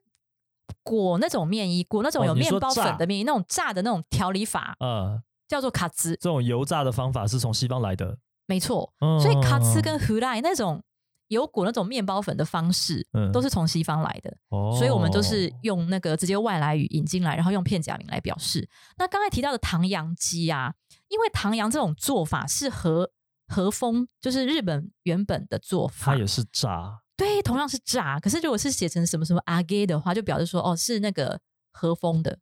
裹那种面衣，裹那种哦有你面说包炸粉的面衣，那种炸的那种调理法，嗯，叫做卡兹，这种油炸的方法是从西方来的。没错。嗯、所以卡兹跟 fly 那种有裹那种面包粉的方式，嗯都是从西方来的。哦，所以我们都是用那个直接外来语引进来，然后用片假名来表示。那刚才提到的唐扬鸡啊，因为唐扬这种做法是和和风，就是日本原本的做法它，也是炸对，同样是炸。可是如果是写成什么什么阿给的话，就表示说哦是那个和风的，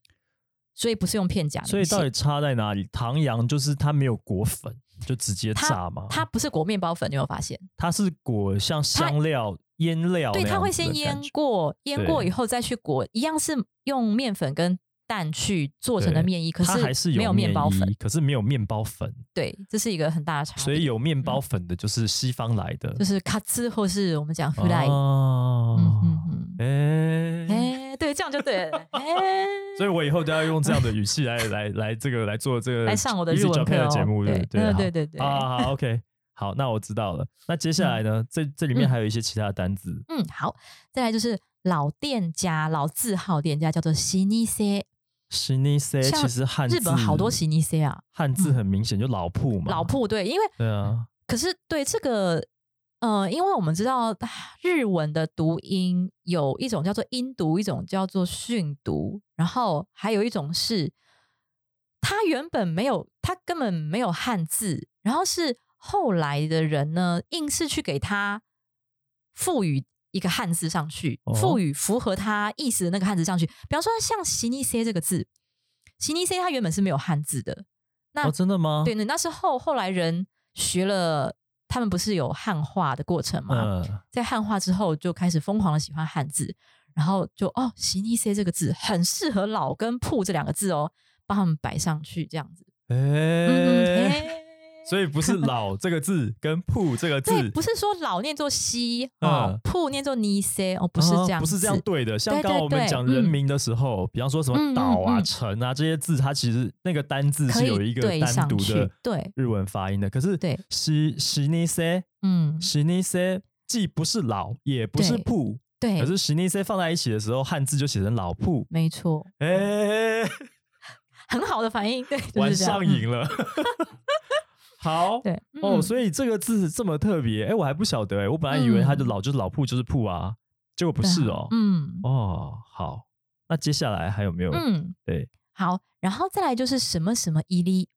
所以不是用片假名写。所以到底差在哪里？唐扬就是它没有裹粉，就直接炸嘛。它不是裹面包粉，你有没有发现？它是裹像香料、腌哦料那样子的感觉，对，它会先腌过，腌过对以后再去裹，一样是用面粉跟蛋去做成的对面衣，可它还是没有面包粉衣。可是没有面包粉，对，这是一个很大的差别。所以有面包粉的就是西方来的，嗯就是卡兹或是我们讲 f l y 哦，嗯嗯哎、嗯，哎、对，这样就对了。哎、所以我以后都要用这样的语气来来来这个来做这个来上我的 Easy 日文 Japan 课、哦、的节目，对不嗯对对对对。好啊好好，OK，好，那我知道了。那接下来呢，这这里面还有一些其他的单字，嗯，好，再来就是老店家、老字号店家叫做西尼塞，西尼塞像其实汉字日本好多西尼塞啊，汉字很明显就老铺嘛，老铺对，因为对啊，可是对这个。呃，因为我们知道啊日文的读音有一种叫做音读，一种叫做训读，然后还有一种是它原本没有，它根本没有汉字，然后是后来的人呢，硬是去给它赋予一个汉字上去，哦赋予符合它意思的那个汉字上去。比方说像“西尼塞”这个字，“西尼塞”它原本是没有汉字的，那哦，真的吗？对，那是后后来人学了，他们不是有汉化的过程吗？嗯，在汉化之后，就开始疯狂的喜欢汉字，然后就哦，西尼塞这个字很适合老跟铺这两个字哦，帮他们摆上去这样子。嗯，哎，嘿所以不是“老”这个字跟“铺”这个对，字不是说老念作西哦嗯，铺念作尼塞哦，不是这样子，啊不是这样对的。像对刚刚我对们对嗯讲人名的时候，比方说什么嗯嗯岛啊、嗯城啊这些字，它其实那个单字可是以有一个对单上独去的对，日文发音的。可是对西西尼塞嗯，西尼塞既不是老，也不是对铺，对可，是西尼塞放在一起的时候，汉字就写成老铺。没错，哎、很好的反应，对，就是玩这上，样瘾 了。好嗯，对，哦，嗯所以这个字这么特别，哎，我还不晓得哎，我本来以为它就老就是老铺就是铺啊，结果不是哦。嗯哦，好，那接下来还有没有？嗯，对，好，然后再来就是什么什么伊利。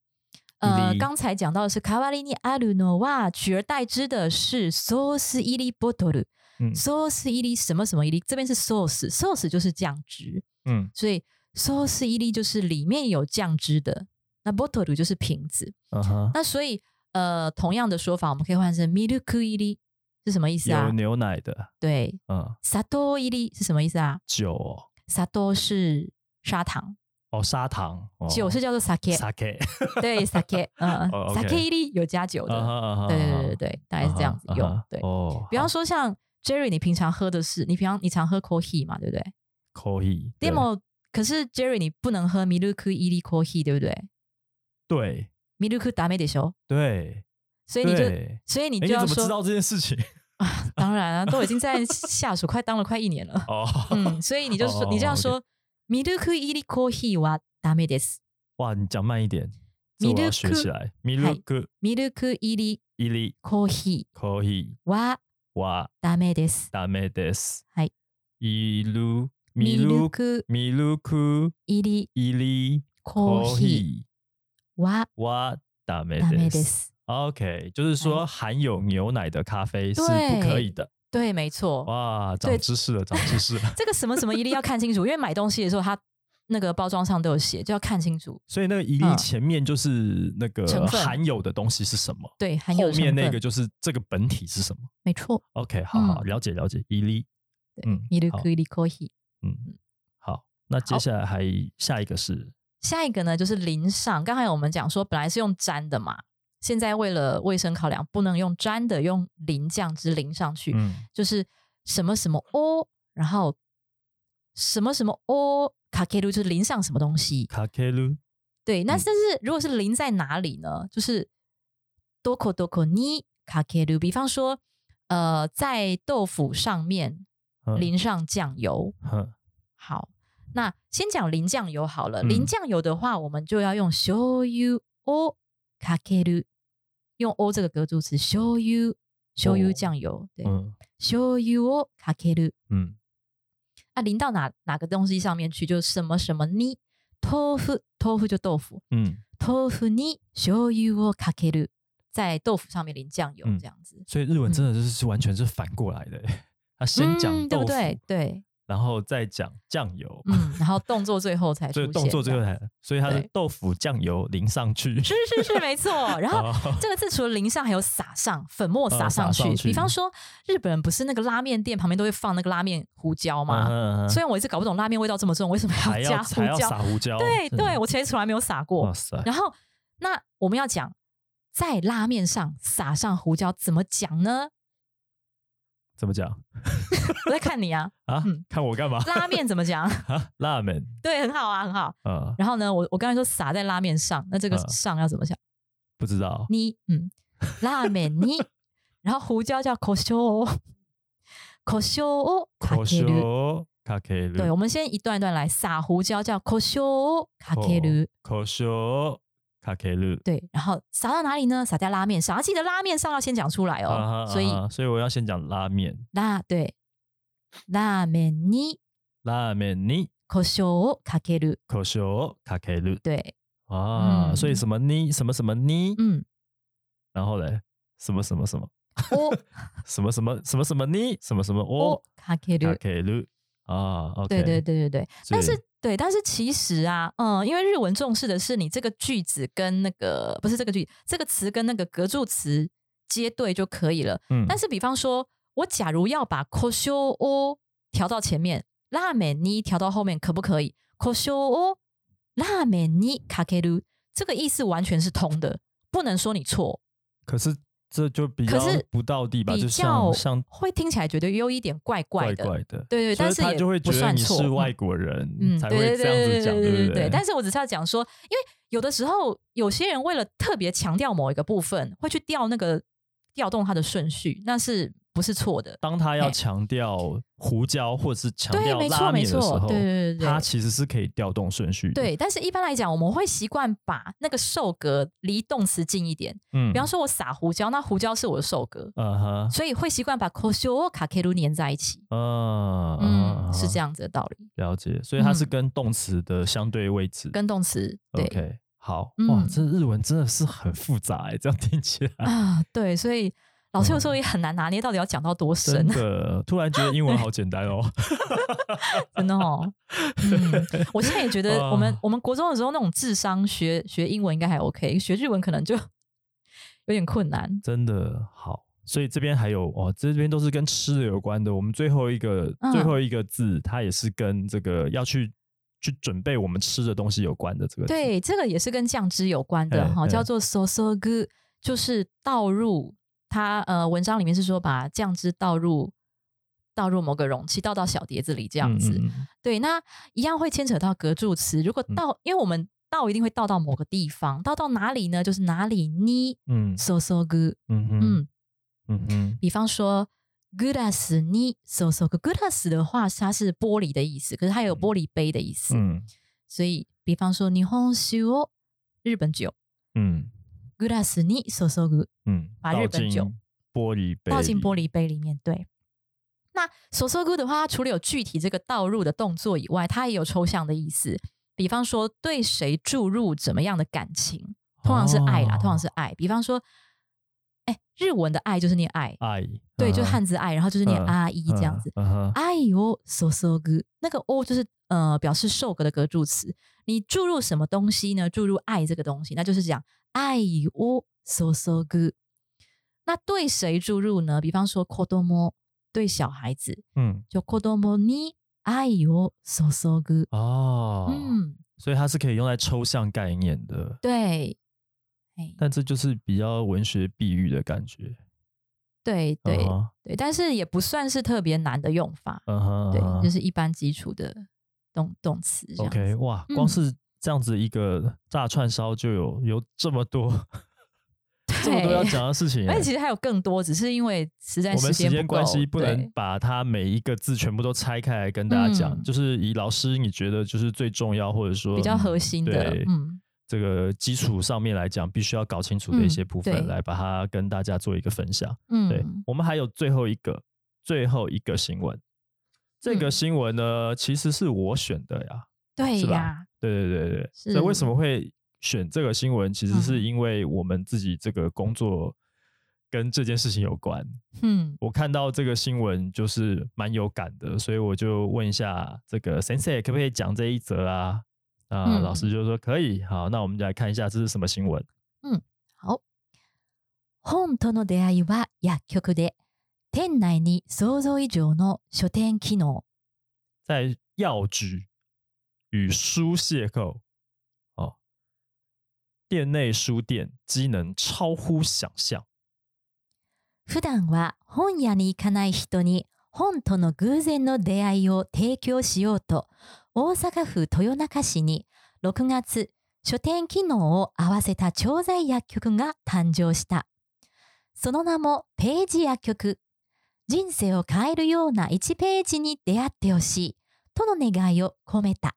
呃伊利，刚才讲到的是卡瓦利尼阿鲁诺瓦，取而代之的是 sauce 伊利波托鲁嗯，sauce 伊利什么什么伊利，这边是 sauce，sauce 就是酱汁，嗯所以 sauce 伊利就是里面有酱汁的，那 bottle 就是瓶子。嗯哼，那所以呃，同样的说法，我们可以换成 milk 伊利是什么意思有啊？牛奶的，对嗯， ，sato 伊利是什么意思啊酒哦， ？sato 是砂糖，哦，砂糖，哦酒是叫做 sake， sake，对 sake，嗯哦，OK ，sake 伊利有加酒嗯的，哼嗯哼对对对对对，大概是这样子嗯哼嗯用哼。对，哦，比方说像 Jerry，你平常喝的是你平常你常喝 coffee 嘛，对不对？可以，对 demo 可是 Jerry 你不能喝 milk 伊利 coffee，对不对对？milk 达美得修，对，所以你就对，所以你哎，就你要怎么知说，道这件事情？ 当然啊，都已经在下属快当了快一年了，哦，嗯，所以你就说哦你这样，OK 说，milk 伊利 coffee 哇达美得斯哇，你讲慢一点，这我要学起来。米嗨ルク milk 伊利イリ coffee コーヒ哇ーはダメです。ダメです。はい。イルミルクミルク入りイリココーーヒヒーはーはダメダメで。ですす。 OK，就是说含有牛奶的咖啡是不对可以的。对，没错。哇，对长知识了，长知识了。这个什么什么一定要看清楚，因为买东西的时候，它那个包装上都有写，就要看清楚。 所以那个一粒嗯前面就是那个成分含有的东西是什么，对，含有后成面分那个就是这个本体是什么。没错。 OK，好好嗯了解了解，一粒。嗯，ミル好ク入りコーヒー。嗯，好，那接下来还下一个是下一个呢，就是淋上。刚才我们讲说，本来是用沾的嘛，现在为了卫生考量，不能用沾的，用淋酱汁淋上去，嗯就是什么什么哦，然后什么什么哦，卡ける就是淋上什么东西。卡ケル对，那嗯但是如果是淋在哪里呢？就是多口多口你卡ける，比方说，呃，在豆腐上面嗯淋上酱油。哼好，那先讲淋酱油好了。嗯淋酱油的话，我们就要用醤油をかける，用“お”这个隔助词，醤油，醤油哦酱油，对，嗯醤油をかける。嗯啊，淋到哪哪个东西上面去，就什么什么に豆腐，豆腐就豆腐。嗯，豆腐に醤油をかける，在豆腐上面淋酱油嗯这样子。所以日文真的就是是完全是反过来的，他先讲嗯豆对不腐，对？对，然后再讲酱油，嗯，然后动作最 后才出所以现，动作最后这样才，所以他是对豆腐酱油淋上去，是啊是是没错。然后哦 这个字除了淋上，还有撒上粉末嗯撒撒上去。上去比方说，日本人不是那个拉面店旁边都会放那个拉面胡椒嗯吗？哼嗯哼虽然我一直搞不懂拉面味道这么重，为什么还加要胡还要椒？撒胡椒，对是对，，我其实从来没有撒过哇。塞，然后，那我们要讲在拉面上撒上胡椒怎么讲呢？怎么讲我在看你啊，啊嗯？看我干嘛？ 拉面怎么 讲？啊，拉面对，很好啊，很好。啊，然后呢，我我刚才说撒在拉面上，那这个嗯上要怎么想？不知道你嗯，拉面 你，然后胡椒叫哦 k o s h o k o s h o 口秀卡ケル对，我们先一段一段来，撒胡椒叫 k o s h o 卡口ける，口秀卡ケル对，然后撒到哪里呢？撒在拉面上，要记得拉面上要先讲出来啊哦哈。所以啊哈所以我要先讲拉面，拉对，拉面に拉面に胡椒をかける，口をかける对，啊，嗯所以什么你什么什么你，嗯，然后嘞什么什么什么 を什么什么什么什么你什么什么哦を我かけかる，ける啊，OK，对对对对对，但所以是对，但是其实啊，嗯，因为日文重视的是你这个句子跟那个不是这个句，这个词跟那个格助词接对就可以了。嗯，但是比方说，我假如要把 k o s h o o 调到前面，拉面に调到后面，可不可以哦 k o s h o o 拉面にかける？这个意思完全是通的，不能说你错，可是这就比较可是不到地吧，比就较像像会听起来觉得有一点怪怪怪的。怪的，对对，所以但是他也就会不觉得算你错是外国人，嗯，才对会对这样对子讲，对不对对？但是我只是要讲说，因为有的时候有些人为了特别强调某一个部分，会去调那个调动它的顺序，那是不是错的？当他要嘿强调胡椒或者是强对，调没拉错，面没的时错，候对，对对他对。其实是可以调动顺序的。对，但是一般来讲，我们会习惯把那个受格离动词近一点。嗯，比方说，我撒胡椒，那胡椒是我的受格，嗯哼，所以会习惯把 k o s h o 卡 k e 粘在一起。嗯嗯，是这样，样子的道理，了解。所以它是嗯跟动词的相对位置。跟动词对 OK，好，哇，嗯这日文真的是很复杂哎，这样听 起来啊，对，所以老师有时候也很难拿捏，到底要讲到多真深。的，突然觉得英文好简 单哦。真的哦。嗯， 我现在也觉得，我们、啊我们国中的时候那种智商学学英文应该还 OK，学日文可能就 有点困难。真的好。所以这边还有哦，这边都是跟吃的有关的。我们最后一个、嗯最后一个字，它也是跟这个要去去准备我们吃的东西有关的这个字。对，这个也是跟酱汁有关的嘿哈，嘿叫做 so so g，就是倒入它呃文章里面是说把酱汁倒入倒入某个容器，倒到小碟子里这这样子。嗯嗯对，那一样会牵扯到格助词。如果嗯到，因为我们到一定会到到某个地方，到到哪里呢？就是哪里呢嗯？so so g，嗯哼嗯，嗯哼比方说 glass 你 so so glass 的话，它是玻璃的意思，可是它有玻璃杯的意思。嗯所以，比方说日本酒，日本酒嗯 glass 你 so so 嗯，把倒日本酒进玻璃杯，倒进玻，璃杯里面，对。那 so so 的话，它除了有具体这个倒入的动作以外，它也有抽象的意思。比方说，对谁注入怎么样的感情，通常是爱啦，哦通常是爱。比方说，哎，日文的爱就是念爱，爱，对，就嗯哼汉字爱，然后就是念嗯阿一这样子。，嗯哼，哎呦，so so good，那个 o 就是呃表示受格的格助词。你注入什么东西呢？注入爱这个东西，那就是讲哎呦，so so good。那对谁注入呢？比方说 k o d o m 对小孩子，嗯就 k o d o m 你哎呦，so so good。哦，嗯，所以它是可以用来抽象概念的，对，哎，但这就是比较文学比喻的感觉。对对、嗯哼对，但是也不算是特别难的用法，嗯哼，对嗯哼，就是一般基础的动动词这样子。 OK，哇，光嗯是这样子一个炸串烧就有有这么多 这么多要对讲的事情欸、而且其实还有更多，只是因为实在我们时间间不够关系，不能对把它每一个字全部都拆开来跟大家讲。嗯就是以老师你觉得就是最重要，或者说比较核嗯心的对，嗯，这个基础上面来讲，必须要搞清楚的一嗯些部分，对来把它跟大家做一个分享。对嗯，我们还有最后一个最后一个新闻，这个嗯新闻呢其实是我选的呀。对是吧呀，对对对对，所以是嗯为什么会选这个新闻？其实是因为我们自己这个工作跟这件事情有关。嗯，我看到这个新闻就是蛮有感的，所以我就问一下这个 Sensei 可不可以讲这一则啊？啊、嗯老师就说可以。好，那我们就来看一下这是什么新闻。好。本との出会いは薬局で、店内に想像以上の書店機能。在药局与书械口哦，店内书店机能超乎想象。普段は本屋に行かない人に本との偶然の出会いを提供しようと大阪府豊中市に6月書店機能を合わせた調剤薬局が誕生したその名もページ薬局人生を変えるような1ページに出会ってほしいとの願いを込めた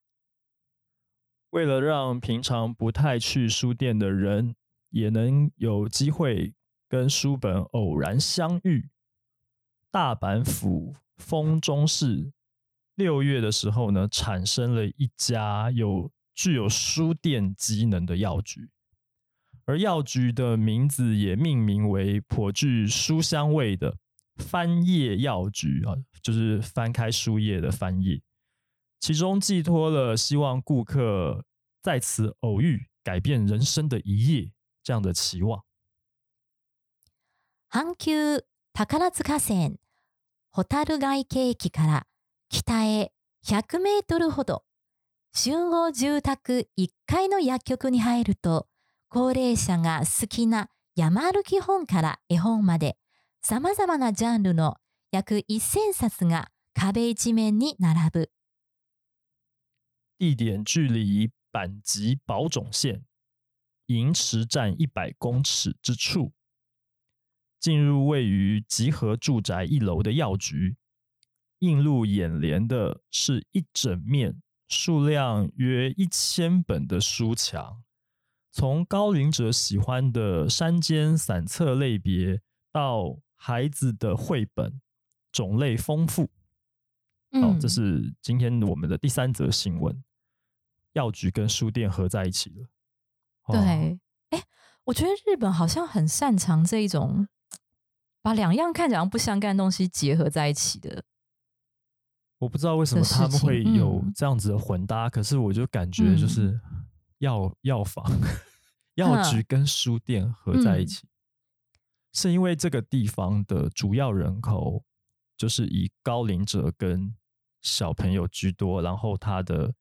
为了让平常不太去书店的人也能有机会跟书本偶然相遇，大阪府丰中市六月的时候呢，产生了一家有具有书店机能的药局，而药局的名字也命名为颇具书香味的翻页药局啊，就是翻开书页的翻页。其中寄托了希望顾客在此偶遇、改变人生的一页这样的期望。阪急宝塚線ホタルガ池駅から北へ100メートルほど集合住宅1階の薬局に入ると高齢者が好きな山歩き本から絵本まで、様々なジャンルの約1000冊が壁一面に並ぶ。地点距离阪急宝冢线银池站一百公尺之处，进入位于集合住宅一楼的药局，映入眼帘的是一整面数量约一千本的书墙，从高龄者喜欢的山间散策类别到孩子的绘本，种类丰富。好、嗯这是今天我们的第三则新闻，药局跟书店合在一起了。哦对，哎、我觉得日本好像很擅长这一种把两样看起来好像不相干的东西结合在一起的。我不知道为什么的事他们情会有嗯这样子的混搭，可是我就感觉就是药、药 房、药局跟书店合嗯在一起，是因为这个地方的主要人口就是以高龄者跟小朋友居多，然后他的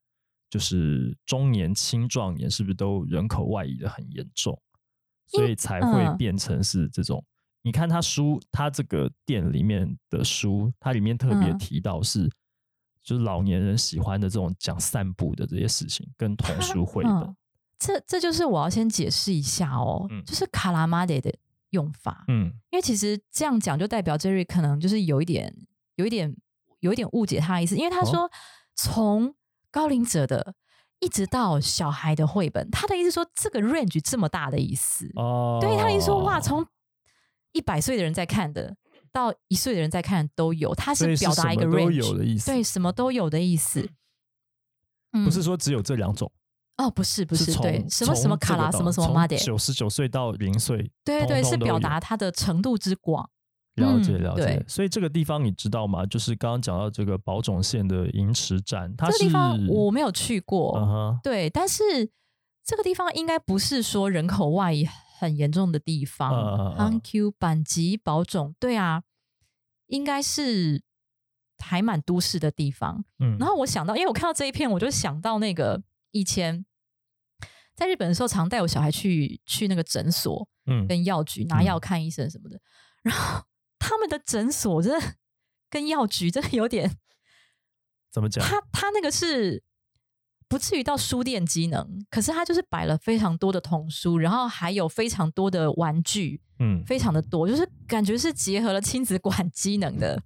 就是中年青壮年是不是都人口外移的很严重，所以才会嗯变成是这种。你看他书，他这个店里面的书，它里面特别嗯提到是，就是老年人喜欢的这种讲散步的这些事情，跟 童书绘本。嗯这这就是我要先解释一下哦，嗯就是卡拉马得的用法，嗯因为其实这样讲就代表 Jerry 可能就是有一点、有一点、有一点误解他的意思，因为他哦说从高龄者的一直到小孩的绘本，他的意思说这个 range 这么大的意思，哦，对，他一说哇，从一百岁的人在看的到一岁的人在看的都有，他所以是表达一个什么都 range，有的意思，对，什么都有的意思。嗯不是说只有这两种，哦，不是不是，从对，什么什么卡拉，什么什么妈的，九十九岁到零岁，对对对，通是通都有表达它的程度之广。了解嗯了解对。所以这个地方你知道吗？就是刚刚讲到这个宝冢县的银池站，它这个是地方我没有去过，嗯哼，对，但是这个地方应该不是说人口外移很严重的地方。嗯嗯嗯 h a n q 板级保种，对啊，应该是还蛮都市的地方。嗯，然后我想到，因为我看到这一篇，我就想到那个以前在日本的时候，常带我小孩去去那个诊所嗯跟药局拿嗯药看医生什么的，然后他们的诊所真的跟药局真的有点，怎么讲？他他那个是。不至于到书店机能，可是他就是摆了非常多的童书，然后还有非常多的玩具，嗯，非常的多，就是感觉是结合了亲子馆机能的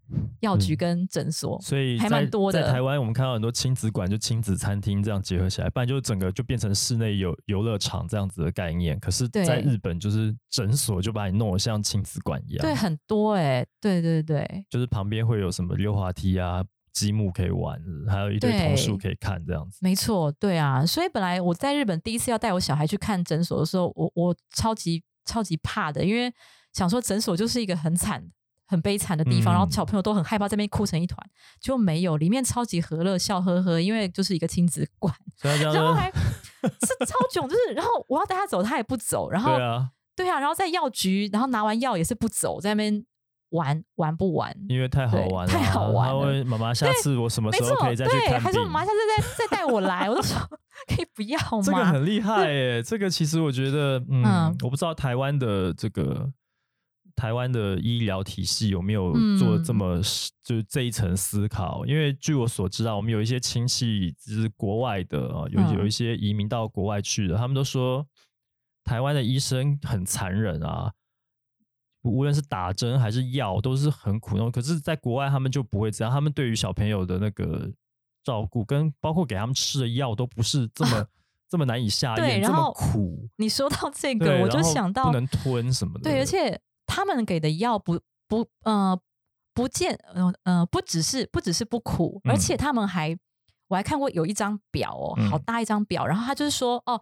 药局嗯跟诊所。所以哦还在蛮多的在台湾，我们看到很多亲子馆，就亲子餐厅这样结合起来，不然就整个就变成室内游游乐场这样子的概念。可是，对在日本就是诊所就把你弄得像亲子馆一样，对，，很多哎、对对对，就是旁边会有什么溜滑梯啊、积木可以玩，还有一堆对童书可以看这样子。没错，对啊。所以本来我在日本第一次要带我小孩去看诊所的时候，我我超级超级怕的，因为想说诊所就是一个很惨、很悲惨的地方，嗯然后小朋友都很害怕在那边哭成一团，就没有，里面超级和乐，笑呵呵，因为就是一个亲子 馆，所以大家然后呢，还是超囧，就是然后我要带他走，他也不走，然后呃对啊，对啊，然后在药局，然后拿完药也是不走，在那边玩玩不玩？因为太好玩了，啊对太好玩他了问妈妈，下次我什么没时候错，可以再去对，看还病说？妈下次再再带我来，我就说 可以不要吗？这个很厉害耶！这个其实我觉得，嗯，嗯我不知道台湾的这个台湾的医疗体系有没有嗯做这么、就是这一层思考，因为据我所知啊，我们有一些亲戚就是国外的啊，有嗯有一些移民到国外去的，他们都说台湾的医生很残忍啊。无论是打针还是药，都是很苦弄。可是，在国外他们就不会这样，他们对于小朋友的那个照顾，跟包括给他们吃的药，都不是这 么这么难以下对咽，这然么后苦。你说到这对，个，我就然后想到不，能吞什么的。对，而且他们给的药不不呃不见呃呃不只是不只是不苦，嗯而且他们还我还看过有一张表哦，嗯好大一张表，然后他就是说哦，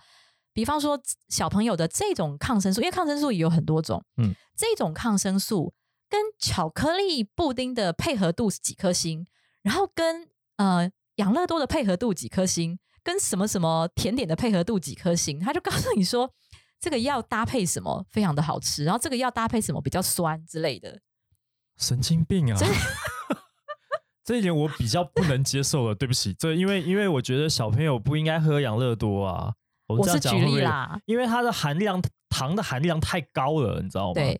比方说小朋友的这种抗生素，因为抗生素也有很多种，嗯，这种抗生素跟巧克力布丁的配合度是几颗星，然后跟呃养乐多的配合度几颗星，跟什么什么甜点的配合度几颗星，他就告诉你说这个药搭配什么非常的好吃，然后这个药搭配什么比较酸之类的。神经病啊！ 这一点我比较不能接受了，对不起，这因为因为我觉得小朋友不应该喝养乐多啊，我们我这是样讲举会不例会有啦，因为它的含量糖的含量太高了，你知道吗？对，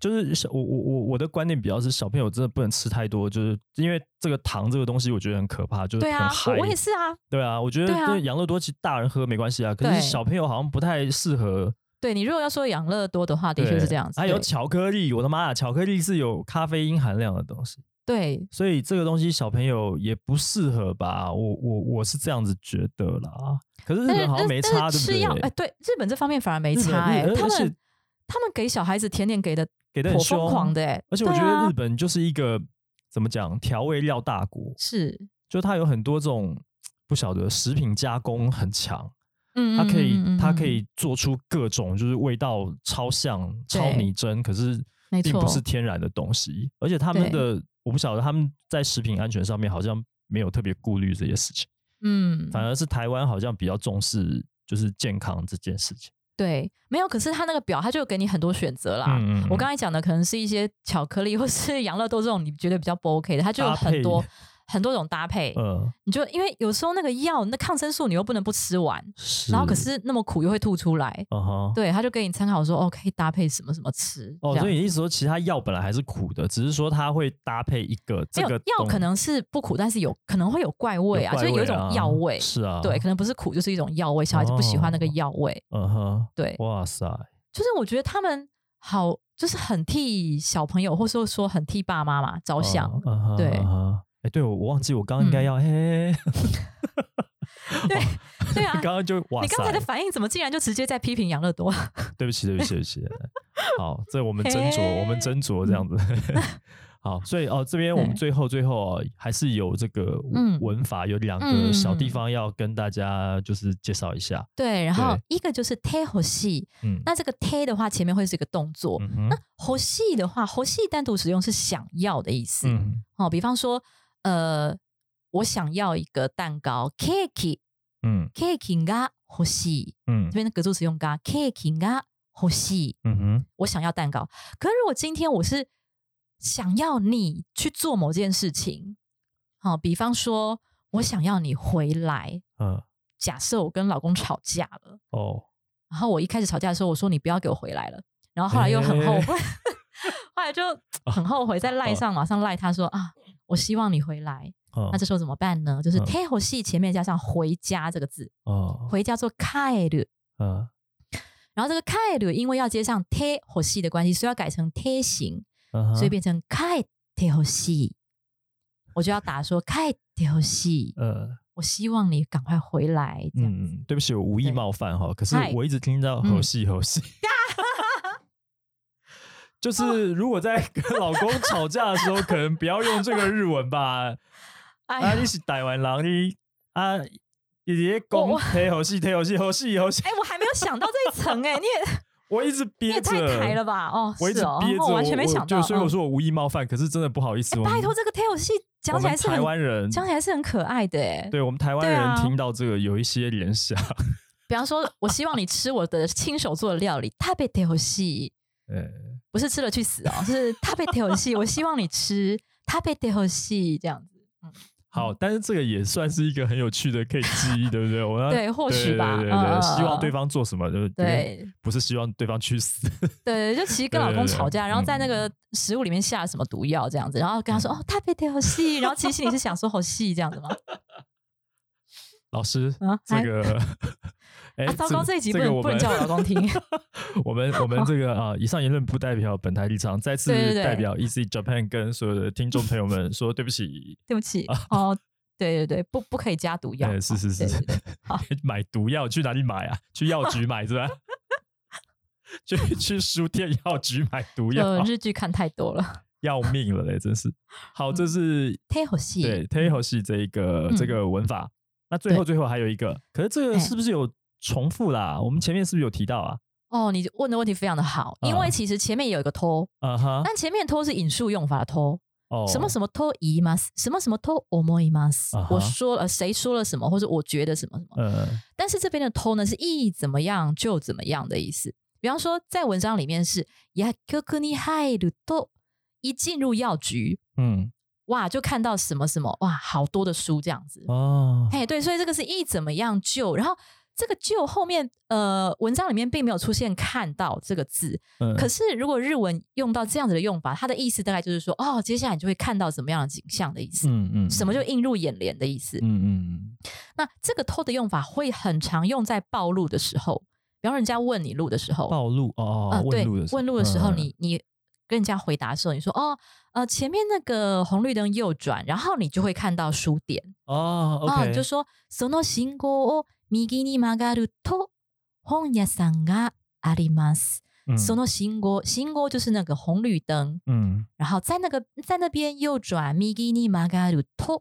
就是小我我我我的观点比较是，小朋友真的不能吃太多，就是因为这个糖这个东西，我觉得很可怕，就是对很啊，嗨、我我也是啊，对啊，我觉得对啊对养乐多其实大人喝没关系啊，可对是小朋友好像不太适合。对你如果要说养乐多的话，的确对是这样子，还有对巧克力，我的妈呀，巧克力是有咖啡因含量的东西，对所以这个东西小朋友也不适合吧？我我我是这样子觉得啦。可是日但是本好像但没但差，是对不吃药对？哎，对，日本这方面反而没日本差哎、日而他而且们他们给小孩子甜点给的给的很颇疯凶，狂的哎、而且我对觉得啊日本就是一个、怎么讲调味料大国，是，就它有很多这种不晓得食品加工很强，嗯，它嗯可以嗯嗯它嗯可以做出各种就是味道超像、超对拟真，可是没并不错是天然的东西。而且他们的我不晓得他们在食品安全上面好像没有特别顾虑这些事情，嗯，反而是台湾好像比较重视就是健康这件事情。对，没有，可是他那个表他就给你很多选择啦。嗯我刚才讲的可能是一些巧克力或是养乐多这种你觉得比较不 OK 的，它就有搭很配多很多种搭配。呃，你就因为有时候那个药，那抗生素你又不能不吃完，是然后可是那么苦又会吐出来，嗯哼。对，他就给你参考说哦，可以搭配什么什么吃。哦，这样所以你意思说，其实它药本来还是苦的，只是说它会搭配一个这没有个药东可能是不苦，但是有可能会有怪味啊，怪就是有一味啊种药味。是啊，对，可能不是苦，就是一种药味，小孩子不喜欢那个哦药味。嗯哼，对，哇塞，就是我觉得他们好，就是很替小朋友，或者说很替爸妈嘛着我想。嗯哼，对嗯嗯哼哎，对我我忘记我刚刚应该要嘿，对 对啊，刚刚就哇你刚才的塞，反应怎么竟然就直接在批评养乐多？ 对不起对不起对不起，好，这我们斟酌，嘿我们斟酌这样子。 好，所以哦，这边我们对最后最后哦还是有这个嗯文法有两嗯个嗯小地嗯方要跟大家就是介绍一下，对，然后哦对一个就是贴和戏，嗯，那这个贴的话前面会是一个动作，嗯哼那和戏的话，和戏单独使用是想要的意思。嗯哦，比方说，呃，我想要一个蛋糕，cake。嗯 cake が欲しい，嗯啊这边的格助词用啊が cake が欲しい，嗯哼我想要蛋糕。可是如果今天我是想要你去做某件事情，好、比方说我想要你回来。嗯假设我跟老公吵架了，哦。然后我一开始吵架的时候，我说你不要给我回来了，然后后来又很后悔， 后来就很后悔，在赖上马上赖他说啊，我希望你回来。那那这时候怎么办呢？就是嗯 t e h o 系前面加上回家这个字，哦，回家做 kaeru，嗯然后这个 kaeru 因为要接上 te 和系的关系，所以要改成 te 型，嗯哼，所以变成 kai te 和系。我就要打说 kai te 和系，呃我希望你赶快回来。这样子，嗯，对不起，我无意对冒犯哈，可是嗨我一直听到嗯吼戏吼 戏，哦就是 如果在跟老公吵架的时候，可能不要用这个日文吧。啊， 哎你呀，是台湾狼，你啊，你直接攻我嘿吼戏，嘿吼戏，吼戏，吼戏，哎，我还没有想到这一层哎，你也我一直你憋也着，太抬了吧？哦，我一直是哦憋，着，我完全没我想到。就所以我嗯，哎说我无意冒犯，可是真的不好意思，我拜们托，这个 te 和系讲我起来们是台很湾人，讲起来是很可爱的哎。对我们台湾对人啊听到这个有一些联想， 比方说，我希望你吃我的亲手做的料理，食べてほしい。呃，不是吃了去死哦，是食べてほしい。我希望你吃食べてほしい这样子，嗯好，但是这个也算是一个很有趣的可以记忆，对 不对？我要对或许吧对对对嗯嗯对嗯希望对方做什么，就是对不是希望对方去死， 对，就其实对跟老公对对吵架，然后嗯在那个食物里面下了什么毒药这样子，然后跟他说、哦，食べてほしい，然后其实心里是想说好细这样子吗？老师 啊，这嗨个， 哎啊，糟糕，这一集不这个能我不能们叫我老公听。 我们我们这个啊，以上言论不代表本台立场，再次对对对代表 Easy Japan 跟所有的听众朋友们说对不 起，对不起哦，对对对，不不可以加毒药啊哎，，是是对是对对， 买毒药去哪里买啊？去药局买是吧？ 去去书店药局买毒药就，呃嗯日剧看太多了，要命了嘞，真是。好，这是太好细。对 t a h o 系这一个、这嗯个文法。那最后最后还有一个，可是这个哎是不是有重复啦？我们前面是不是有提到啊？哦，你问的问题非常的好，因啊为其实前面有一个偷，啊哈，但前面偷是引述用法的偷，哦，哎什么什么偷います，什么什么偷思います啊。哈我说了，谁说了什么，或者我觉得什么什么。呃，但是这边的偷呢，是意怎么样就怎么样的意思。比方说，在文章里面是薬局に入ると，一进入药局，嗯，哇，就看到什么什么，哇，好多的书这样子。哦，哎，对，所以这个是意怎么样就，然后这个就后面呃文章里面并没有出现“看到”这个字，嗯，可是如果日文用到这样子的用法，它的意思大概就是说，哦，接下来你就会看到什么样的景象的意思，嗯嗯，什么就映入眼帘的意思。嗯嗯那这个偷的用法会很常用在暴露的时候，比方人家问你路的时候，暴露哦，啊，问对路的，时候问路的时候，嗯嗯你你跟人家回答的时候，你说哦，呃，前面那个红绿灯右转，然后你就会看到书店哦啊， ，OK，你就说その信号を右に曲がると本屋さんがあります。嗯その信号，信号就是那个红绿灯，嗯然后在那个在那边右转右に曲がると，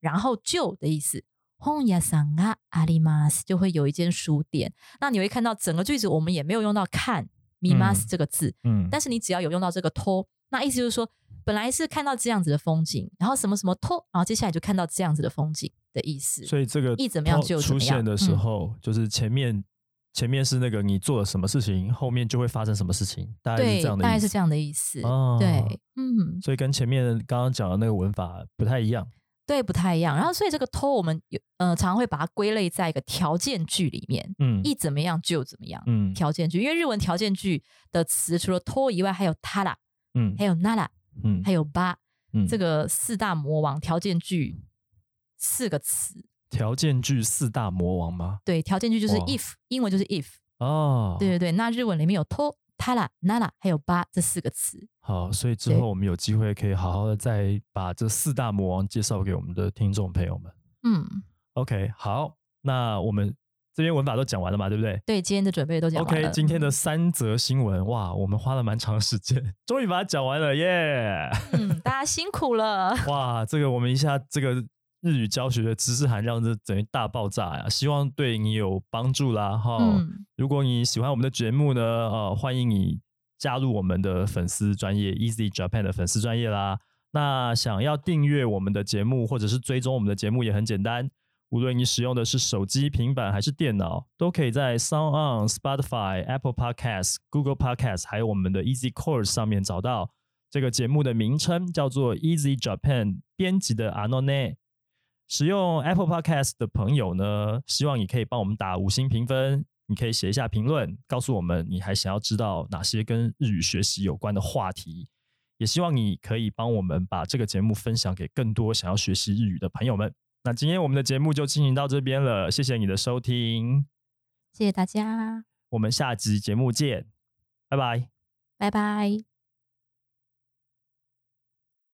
然后就的意思。本屋さんがあります，就会有一间书店。那你会看到整个句子，我们也没有用到看みます这个字，嗯，但是你只要有用到这个托，那意思就是说，本来是看到这样子的风景，然后什么什么托，然后接下来就看到这样子的风景的意思。所以这个一怎么样就怎出么现样的时嗯候，就是前面前面是那个你做了什么事情，后面就会发生什么事情，大概是对，这样的，大概是这。样的意思。哦对，嗯，所以跟前面刚刚讲的那个文法不太一样。对，不太一样。然后所以这个托我们有呃常常会把它归类在一个条件句里面，嗯一怎么样就怎么样。嗯条件句，因为日文条件句的词除了托以外，还有他啦，嗯还有那啦，嗯还有吧，嗯，这个四大魔王条件句四个词。条件句四大魔王吗？对，条件句就是哇 if，英文就是 if，哦，对，对对，那日文里面有 to、tara、nara 还有 ba 这四个词。好，所以之对后我们有机会可以好好的再把这四大魔王介绍给我们的听众朋友们。嗯， OK，好，那我们这边文法都讲完了嘛，对不对？对，今天的准备都讲完了。 OK，今天的三则新闻，哇，我们花了蛮长时间， 终于把它讲完了，耶、嗯，大家辛苦了。哇，这个我们一下这个日语教学的知识含量这等于大爆炸呀，希望对你有帮助啦哈。嗯，如果你喜欢我们的节目呢，呃，欢迎你加入我们的粉丝专业 Easy Japan 的粉丝专业啦。那想要订阅我们的节目或者是追踪我们的节目也很简单，无论你使用的是手机、平板还是电脑，都可以在 Sound On、Spotify、Apple Podcasts、Google Podcasts 还有我们的 Easy Course 上面找到。这个节目的名称叫做 Easy Japan 编辑的 Anone。使用 Apple Podcast 的朋友呢，希望你可以帮我们打五星评分，你可以写一下评论，告诉我们你还想要知道哪些跟日语学习有关的话题。也希望你可以帮我们把这个节目分享给更多想要学习日语的朋友们。那今天我们的节目就进行到这边了，谢谢你的收听，谢谢大家，我们下集节目见，拜拜。拜拜。